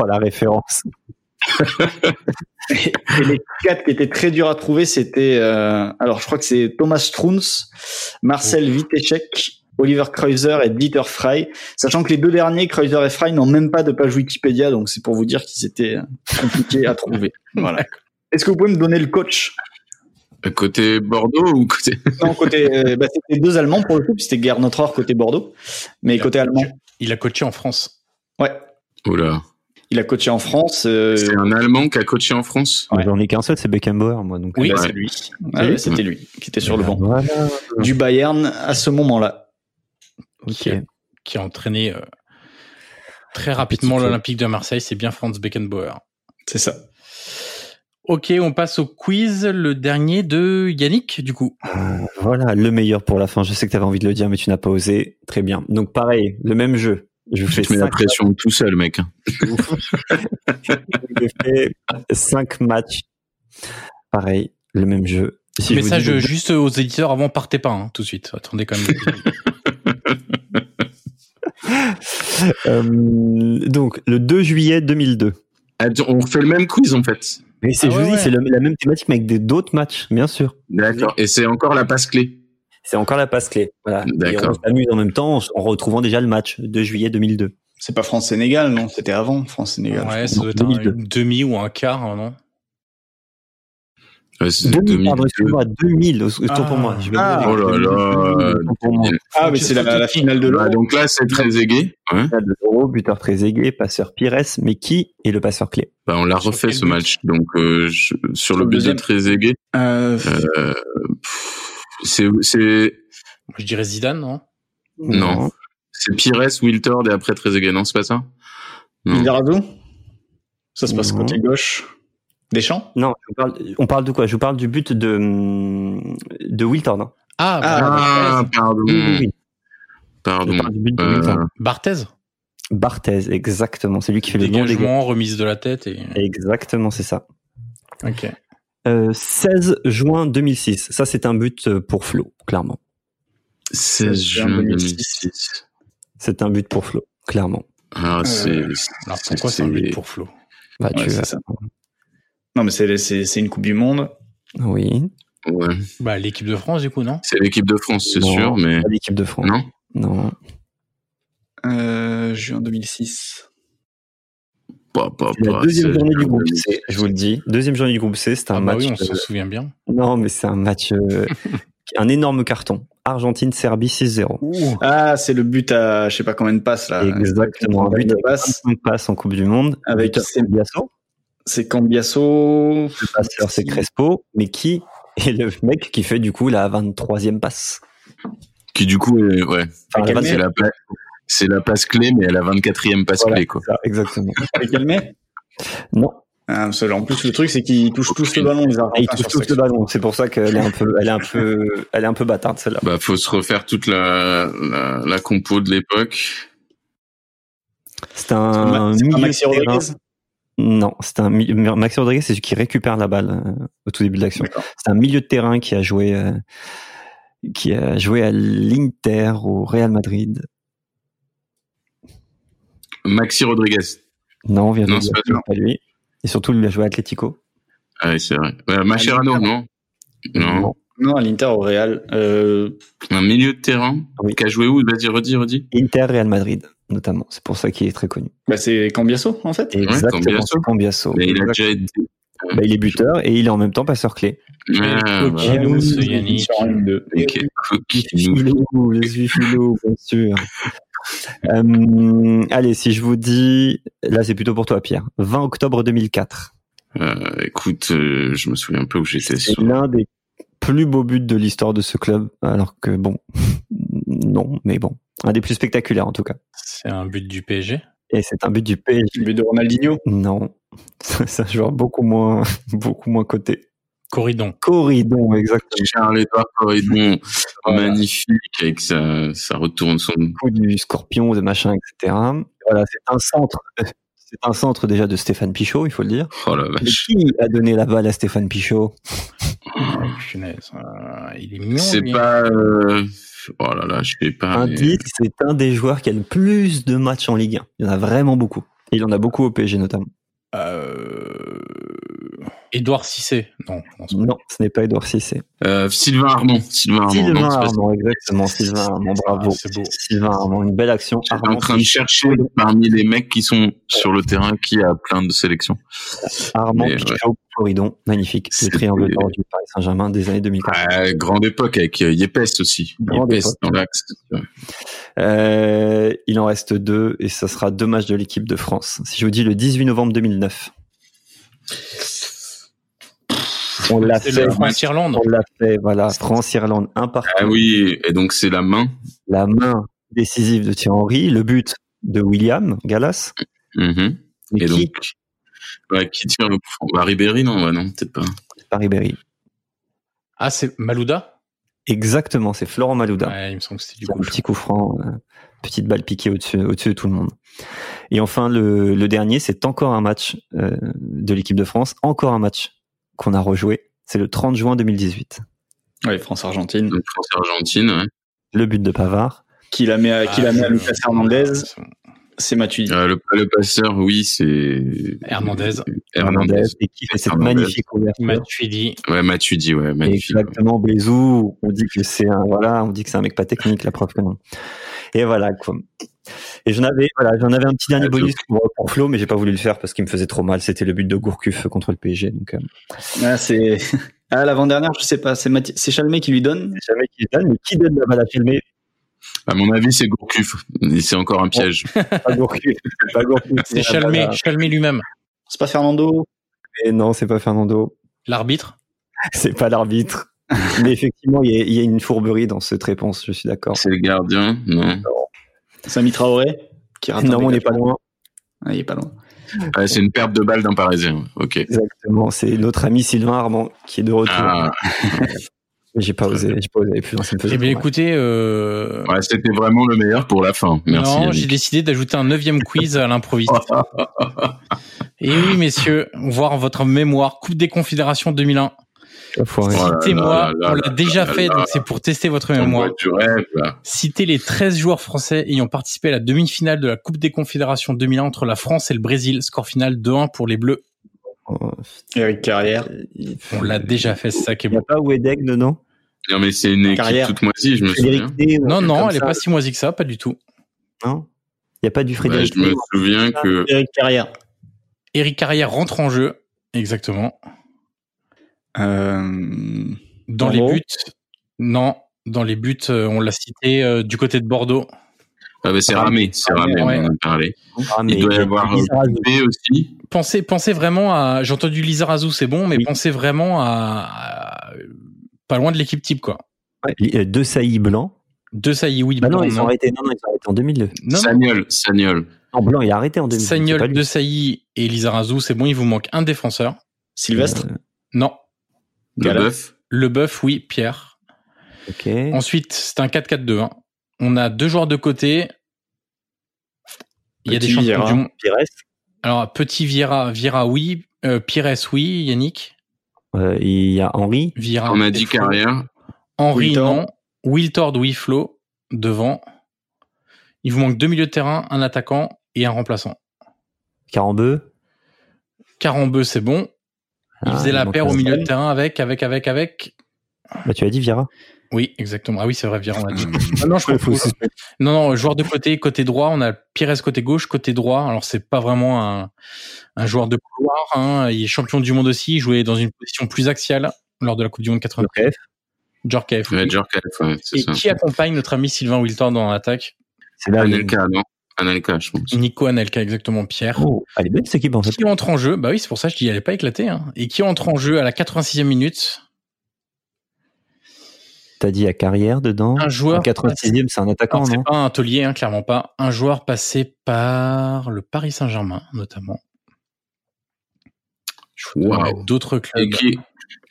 Oh, la référence. Et les quatre qui étaient très durs à trouver, c'était, euh, alors je crois que c'est Thomas Strunz, Marcel Vitechek, Oliver Kreuzer et Dieter Frey. Sachant que les deux derniers, Kreuzer et Frey, n'ont même pas de page Wikipédia, donc c'est pour vous dire qu'ils étaient euh, compliqués à trouver. Voilà. Est-ce que vous pouvez me donner le coach Côté Bordeaux ou côté. Non, côté, euh, bah, c'était deux Allemands pour le coup, puis c'était Gernot Rohr côté Bordeaux, mais côté allemand. Il a coaché en France. Ouais, Oula. il a coaché en France. euh, C'est un Allemand qui a coaché en France. Ouais. J'en ai qu'un seul, c'est Beckenbauer, moi. Donc, euh, oui, Ouais. c'est lui. Ah C'est lui ouais, C'était lui qui était sur le banc Voilà. du Bayern à ce moment-là. Ok. Qui a entraîné euh, très rapidement petit peu. l'Olympique de Marseille. C'est bien Franz Beckenbauer. C'est ça. Ok, on passe au quiz, le dernier de Yannick, du coup. Voilà, le meilleur pour la fin. Je sais que tu avais envie de le dire, mais tu n'as pas osé. Très bien. Donc, pareil, le même jeu. Je vous Tu fais te mets la cinq pression tout seul, mec. Je fais cinq matchs. Pareil, le même jeu. Si je vous Message dis le- juste aux éditeurs avant, partez pas hein, tout de suite. Attendez quand même. Euh, donc, le 2 juillet 2002. Attends, on refait le même quiz en fait. Mais c'est, Ah je ouais, vous dis, ouais. c'est le- la même thématique, mais avec des, d'autres matchs, bien sûr. D'accord. Et c'est encore la passe clé. C'est encore la passe clé. Voilà. Et D'accord. on s'amuse en même temps en, en retrouvant déjà le match, 2 juillet 2002. C'est pas France-Sénégal, non C'était avant France-Sénégal. ouais, ça doit être un, 2002. une demi ou un quart, hein, non Ouais, c'est 2000, pardon, 2002. excuse-moi, 2000, autant Ah. pour moi. Je vais Ah. Oh me là donner- là. 2000, autant pour moi. Ah, mais c'est la, la finale Bah, de Ouais, l'Euro. Bah, donc là, c'est très aigué. Ouais. Finale de l'Euro, buteur très aigué, passeur Pires, mais qui est le passeur clé Bah, on l'a Sur refait quel ce but match. Donc euh, je- sur le le but de deuxième. Trezeguet, Euh, euh, pff, c'est c'est Moi, Je dirais Zidane, non Non. c'est Pires, Wiltord et après Trezeguet. Non, c'est pas ça. Non. Villardo Ça se passe Non. côté gauche. Deschamps Non, je vous parle- on parle de quoi Je vous parle du but de, hum, de Wiltord. hein. Ah, Ah, pardon, Oui, oui, oui. pardon. Je parle du but de Euh, Wiltord. Barthez. Barthez, exactement. C'est lui qui fait le nom des Dégagement, remise de la tête. Et... Exactement, c'est ça. Ok. Euh, 16 juin 2006. Ça, c'est un but euh, pour Flo, clairement. 16 juin juin 2006. 2006. C'est un but pour Flo, clairement. Ah, c'est. Alors pourquoi c'est un but pour Flo Bah, Ouais, tu c'est vas- ça. Non, mais c'est c'est- c'est une Coupe du Monde. Oui. Ouais. Bah l'équipe de France du coup non C'est l'équipe de France, c'est Non, sûr, mais. Pas l'équipe de France. Non Non. Euh, juin 2006. Pas, pas, C'est La pas, deuxième c'est- journée du groupe C, je vous le dis. Deuxième journée du groupe C, c'est un Ah bah match. oui, on euh, s'en souvient bien. Non, mais c'est un match. euh, un énorme carton. Argentine-Serbie 6-0. Ah, c'est le but à je sais pas combien de passes là. Exactement. Un Combien but de avec passes 25 passes en Coupe du Monde. Avec Buteur Sem- Cambiasso. C'est Cambiasso. Le passeur, c'est Crespo. Mais qui est le mec qui fait du coup la 23e passe Qui, du coup, est- ouais. Enfin, la Calmer. C'est 24e, la, pla- c'est la passe clé, mais elle a 24e passe Voilà. clé, quoi. ça, exactement. C'est Calmé Non. ah, parce que là, En plus, le truc, c'est qu'ils touchent tous le ballon, les Ah, il Argentins. touche sur tous cette- le ballon. C'est pour ça qu'elle est un peu, elle est un peu, elle est un peu bâtarde celle-là. Bah, faut se refaire toute la, la, la compo de l'époque. C'est C'est un Ma- c'est pas milieu Maxi de terrain. Rodriguez Non, c'est un milieu- Maxi Rodriguez, c'est celui qui récupère la balle euh, au tout début de l'action. D'accord. C'est un milieu de terrain qui a joué, euh, qui a joué à l'Inter au Real Madrid. Maxi Rodriguez. Non, on vient de Non, le dire, c'est pas c'est pas lui. Et surtout, il a joué à Atletico. Ah, oui, c'est vrai. Euh, Mascherano, non. Non. Non, à l'Inter, au Real. Euh, Un milieu de terrain. Oui. Qui a joué où Vas-y, redis, redis. Inter Real Madrid, notamment. C'est pour ça qu'il est très connu. bah, c'est Cambiasso, en fait. Exactement. Cambiasso. c'est Cambiasso. Mais il a déjà été. Bah, il est buteur et il est en même temps passeur clé. Ah, Ok. voilà. Nous, ce Sur Yannick. une de- Ok. Coquille. Philo, je suis philo, bien sûr. Euh, allez, si je vous dis, là c'est plutôt pour toi Pierre, 20 octobre 2004, Euh, écoute, euh, je me souviens peu où j'étais. c'est sur- l'un des plus beaux buts de l'histoire de ce club, alors que bon, non, mais bon, un des plus spectaculaires en tout cas. C'est un but du PSG. Et c'est un but du PSG. Le but de Ronaldinho. Non, c'est un joueur beaucoup moins, beaucoup moins coté. Corridon. Corridon, exactement. Charles-Édouard Corridon, Voilà. magnifique, avec sa, sa retourne son. coup du scorpion, de machin, etc. Voilà, c'est un centre. C'est un centre déjà de Stéphane Pichot, il faut le dire. Oh la Mais vache. qui a donné la balle à Stéphane Pichot Oh, Punaise, euh, il est mignon. C'est lui. pas. euh, Oh là là, je sais pas. Un mais- titre, c'est un des joueurs qui a le plus de matchs en Ligue 1. Il y en a vraiment beaucoup. Et il en a beaucoup au PSG notamment. hein. Euh... Édouard Cissé. Non, non, c'est pas- Non, ce n'est pas Edouard Cissé. Euh, Sylvain Armand. Sylvain Armand. Sylvain non, Ah, c'est pas- Armand, exactement. Sylvain Armand, bravo. Ah, c'est beau. Sylvain Armand, une belle action. J'étais en Armand, train de chercher parmi les mecs qui sont sur le terrain qui a plein de sélections. Armand Mais Pichot, Floridon, magnifique. Le C'était- triangle d'or du Paris Saint-Germain des années 2004. Ah, grande époque avec euh, Yepes aussi. Grande Yepes époque. dans l'axe. Ouais. Euh, il en reste deux et ça sera deux matchs de l'équipe de France. Si je vous dis le 18 novembre 2009, on l'a C'est fait, le France-Irlande. on l'a fait, voilà. France-Irlande, un partout. Ah oui, et donc c'est la main. La main décisive de Thierry Henry, le but de William Gallas. Mhm. Mais Et qui donc, ouais, qui tire le coup franc Bah, Ribéry, non, bah non, peut-être pas. Paris Berry. Ah, c'est Malouda Exactement, c'est Florent Malouda. Ouais, Il me semble que c'était du C'est un coup. petit coup franc, euh, petite balle piquée au-dessus au de tout le monde. Et enfin, le, le dernier, c'est encore un match euh, de l'équipe de France, encore un match qu'on a rejoué. C'est le 30 juin 2018. Ouais, France-Argentine. Donc, France-Argentine, ouais. Le but de Pavard. Qui la met à, qui la met à je- Lucas Ah, Hernandez, c'est Matuidi. Euh, le, le passeur, oui, c'est. Hernandez. Hernandez. Et qui fait cette Hernandez. magnifique ouverture. Matuidi. Ouais, Matuidi, ouais, magnifique. Exactement, Bézou. On dit que c'est un, voilà, on dit que c'est un mec pas technique, la preuve que non. Et voilà, quoi. Et j'en avais, voilà, j'en avais un petit dernier Ah, bonus pour, pour Flo, mais j'ai pas voulu le faire parce qu'il me faisait trop mal. C'était le but de Gourcuff contre le PSG. Donc, euh, Ah, c'est. Ah, l'avant-dernière, je sais pas, c'est Mathi- c'est Chalmé qui lui donne. je savais qu'il donne, mais qui donne la balle à filmer? À mon avis, c'est Gourcuff. Et C'est encore un piège. Pas Gourcuff. pas Gourcuff. Ah, euh, C'est la balle Chalmé, bah, à- Chalmé lui-même. C'est pas Fernando Et Eh non, c'est pas Fernando. L'arbitre. C'est pas l'arbitre. mais effectivement, il y, a, il y a une fourberie dans cette réponse. Je suis d'accord. C'est le gardien, non. Sami Traoré qui rate un Non, on n'est dégagement. pas loin. Ah, il est pas loin. Ah, c'est une perte de balle d'un Parisien. Ok. Exactement. C'est notre ami Sylvain Armand qui est de retour. Ah, Mais J'ai pas osé, j'ai pas osé aller plus loin, ça me faisait Eh bien, trop mal. écoutez, euh, ouais, c'était vraiment le meilleur pour la fin. Merci. non, j'ai Yannick. décidé d'ajouter un neuvième quiz à l'improviste. Et oui, messieurs, voir votre mémoire. Coupe des Confédérations 2001. Enfoiré. Ouais. Oh là Citez-moi, là là on là l'a déjà là fait, là. donc c'est pour tester votre On mémoire. voit du rêve, là. Citez les 13 joueurs français ayant participé à la demi-finale de la Coupe des Confédérations 2001 entre la France et le Brésil. Score final 2-1 pour les Bleus. Oh, Eric Carrière. il- On l'a déjà fait, c'est ça qui est Il n'y a bon. pas Wedeg dedans Non, mais c'est une équipe Carrière. toute moisie, je me souviens. Frédéric Day, ou un Non, truc non, comme elle est ça, pas si moisie que ça, pas du tout. non Il n'y a pas du Ouais, Frédéric je me Day. souviens que. Eric Carrière. Eric Carrière rentre en jeu. Exactement. Euh... Dans les Bordeaux. buts. Non, dans les buts, euh, on l'a cité euh, du côté de Bordeaux. Ah, bah, c'est Ramé, c'est Ramé, ouais. on en a parlé. Ah, mais Il doit y avoir Lisa Razou. B aussi. Pensez, pensez vraiment à. J'ai entendu Lizarazu, c'est bon, mais Oui. pensez vraiment à, à- Pas loin de l'équipe type, quoi. Ouais, li- euh, deux saillies blancs. De Saï, oui, Bah blanc, non, ils ont non. arrêté. Non, non, ils ont arrêté en 2002. Non, non. Sagnol, Sagnol. En blanc, il a arrêté en 2002. c'est pas Sagnol, lui. Euh, De Sailly et Lizarazu, c'est bon, il vous manque un défenseur. Sylvestre. Euh, Non. Le Gallas. bœuf. Le bœuf, oui, Pierre. ok. Ensuite, c'est un 4-4-2. hein. On a deux joueurs de côté. Il y a Petit des champions Vieira. du monde. Pires. Alors, petit Vira, Vira, oui. Euh, Pires, oui. Yannick. Euh, il y a Henri. Vira. On a et dit Flo. carrière. Henri, Wiltord. non. Wiltord, oui. Flo, devant. Il vous manque deux milieux de terrain, un attaquant et un remplaçant. Carambeu. Carambeu, c'est bon. Il Ah, faisait la manque paire au un. milieu de terrain avec, avec, avec, avec. Bah, tu as dit Viera. Oui, exactement. Ah oui, c'est vrai, Vira, on l'a dit. Euh, Ah non, je confonds. Non, non, joueur de côté, côté droit, on a Pires côté gauche, côté droit. Alors c'est pas vraiment un, un joueur de couloir. hein. Il est champion du monde aussi. Il jouait dans une position plus axiale lors de la Coupe du Monde 80. Bref. Djorkaeff. ouais, Djorkaeff, ouais, c'est Et ça. qui accompagne notre ami Sylvain Wiltord dans l'attaque C'est Ah, là. où- Anelka, non Anelka, je pense. Nico Anelka, exactement Pierre. Oh, elle est belle cette équipe en fait. Qui entre en jeu Bah oui, c'est pour ça que je dis, elle est pas éclatée. hein. Et qui entre en jeu à la 86e minute T'as dit à carrière dedans. Un joueur. En 86e, c'est un attaquant, Alors, non c'est pas un taulier, hein, clairement pas. Un joueur passé par le Paris Saint-Germain, notamment. Je vous donnerai Waouh. D'autres Et clubs. qui,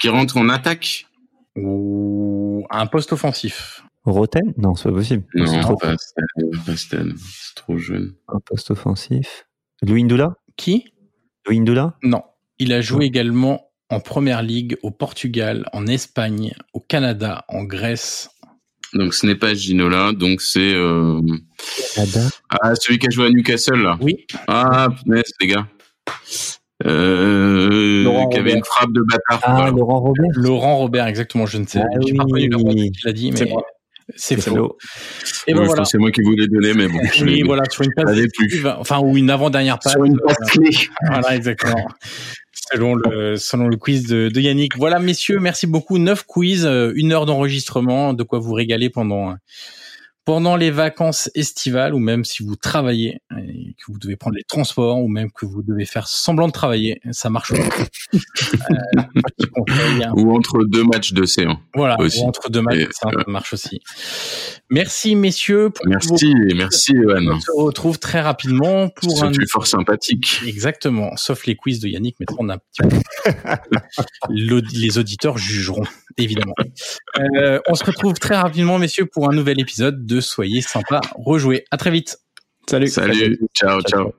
qui rentre en attaque ou un poste offensif. Roten Non, c'est pas possible. c'est Non, trop pas Stan, pas Stan. C'est trop jeune. un poste offensif. Louis Ndoula Qui Indoula Non. Il a joué également en Première Ligue au Portugal, en Espagne, au Canada, en Grèce. Donc ce n'est pas Ginola, donc c'est euh, ah celui qui a joué à Newcastle là. Oui. Ah punaise les gars. Euh, Laurent qui avait Robert. une frappe de bâtard. Ah, voilà. Laurent Robert. Laurent Robert, exactement, je ne sais. Ah J'ai pas oui. reconnu la voix qui l'a dit, mais C'est moi. c'est C'est faux. Flo. Et ben Ouais, je voilà. pense que c'est moi qui vous l'ai donné, mais bon. je Oui, l'ai- voilà, sur une passe l'avais décisive, enfin, ou une avant-dernière passe. Sur une euh, passe clé. Voilà, exactement. Selon le, selon le quiz de, de Yannick. Voilà, messieurs, merci beaucoup. Neuf quiz, euh, une heure d'enregistrement, de quoi vous régaler pendant, euh, pendant les vacances estivales, ou même si vous travaillez, et que vous devez prendre les transports, ou même que vous devez faire semblant de travailler, ça marche. aussi. Euh, petit conseil, hein. Ou entre deux matchs de séance. Voilà, Aussi. ou entre deux matchs, Et, euh, ça marche aussi. Merci, messieurs. Pour Merci, et merci On Johan. se retrouve très rapidement pour un C'est fort sympathique. Exactement, sauf les quiz de Yannick, mais ça, on a un petit peu- L'aud- les auditeurs jugeront, évidemment. Euh, on se retrouve très rapidement, messieurs, pour un nouvel épisode de Soyez sympa, rejouez. À très vite. Salut, ciao, ciao.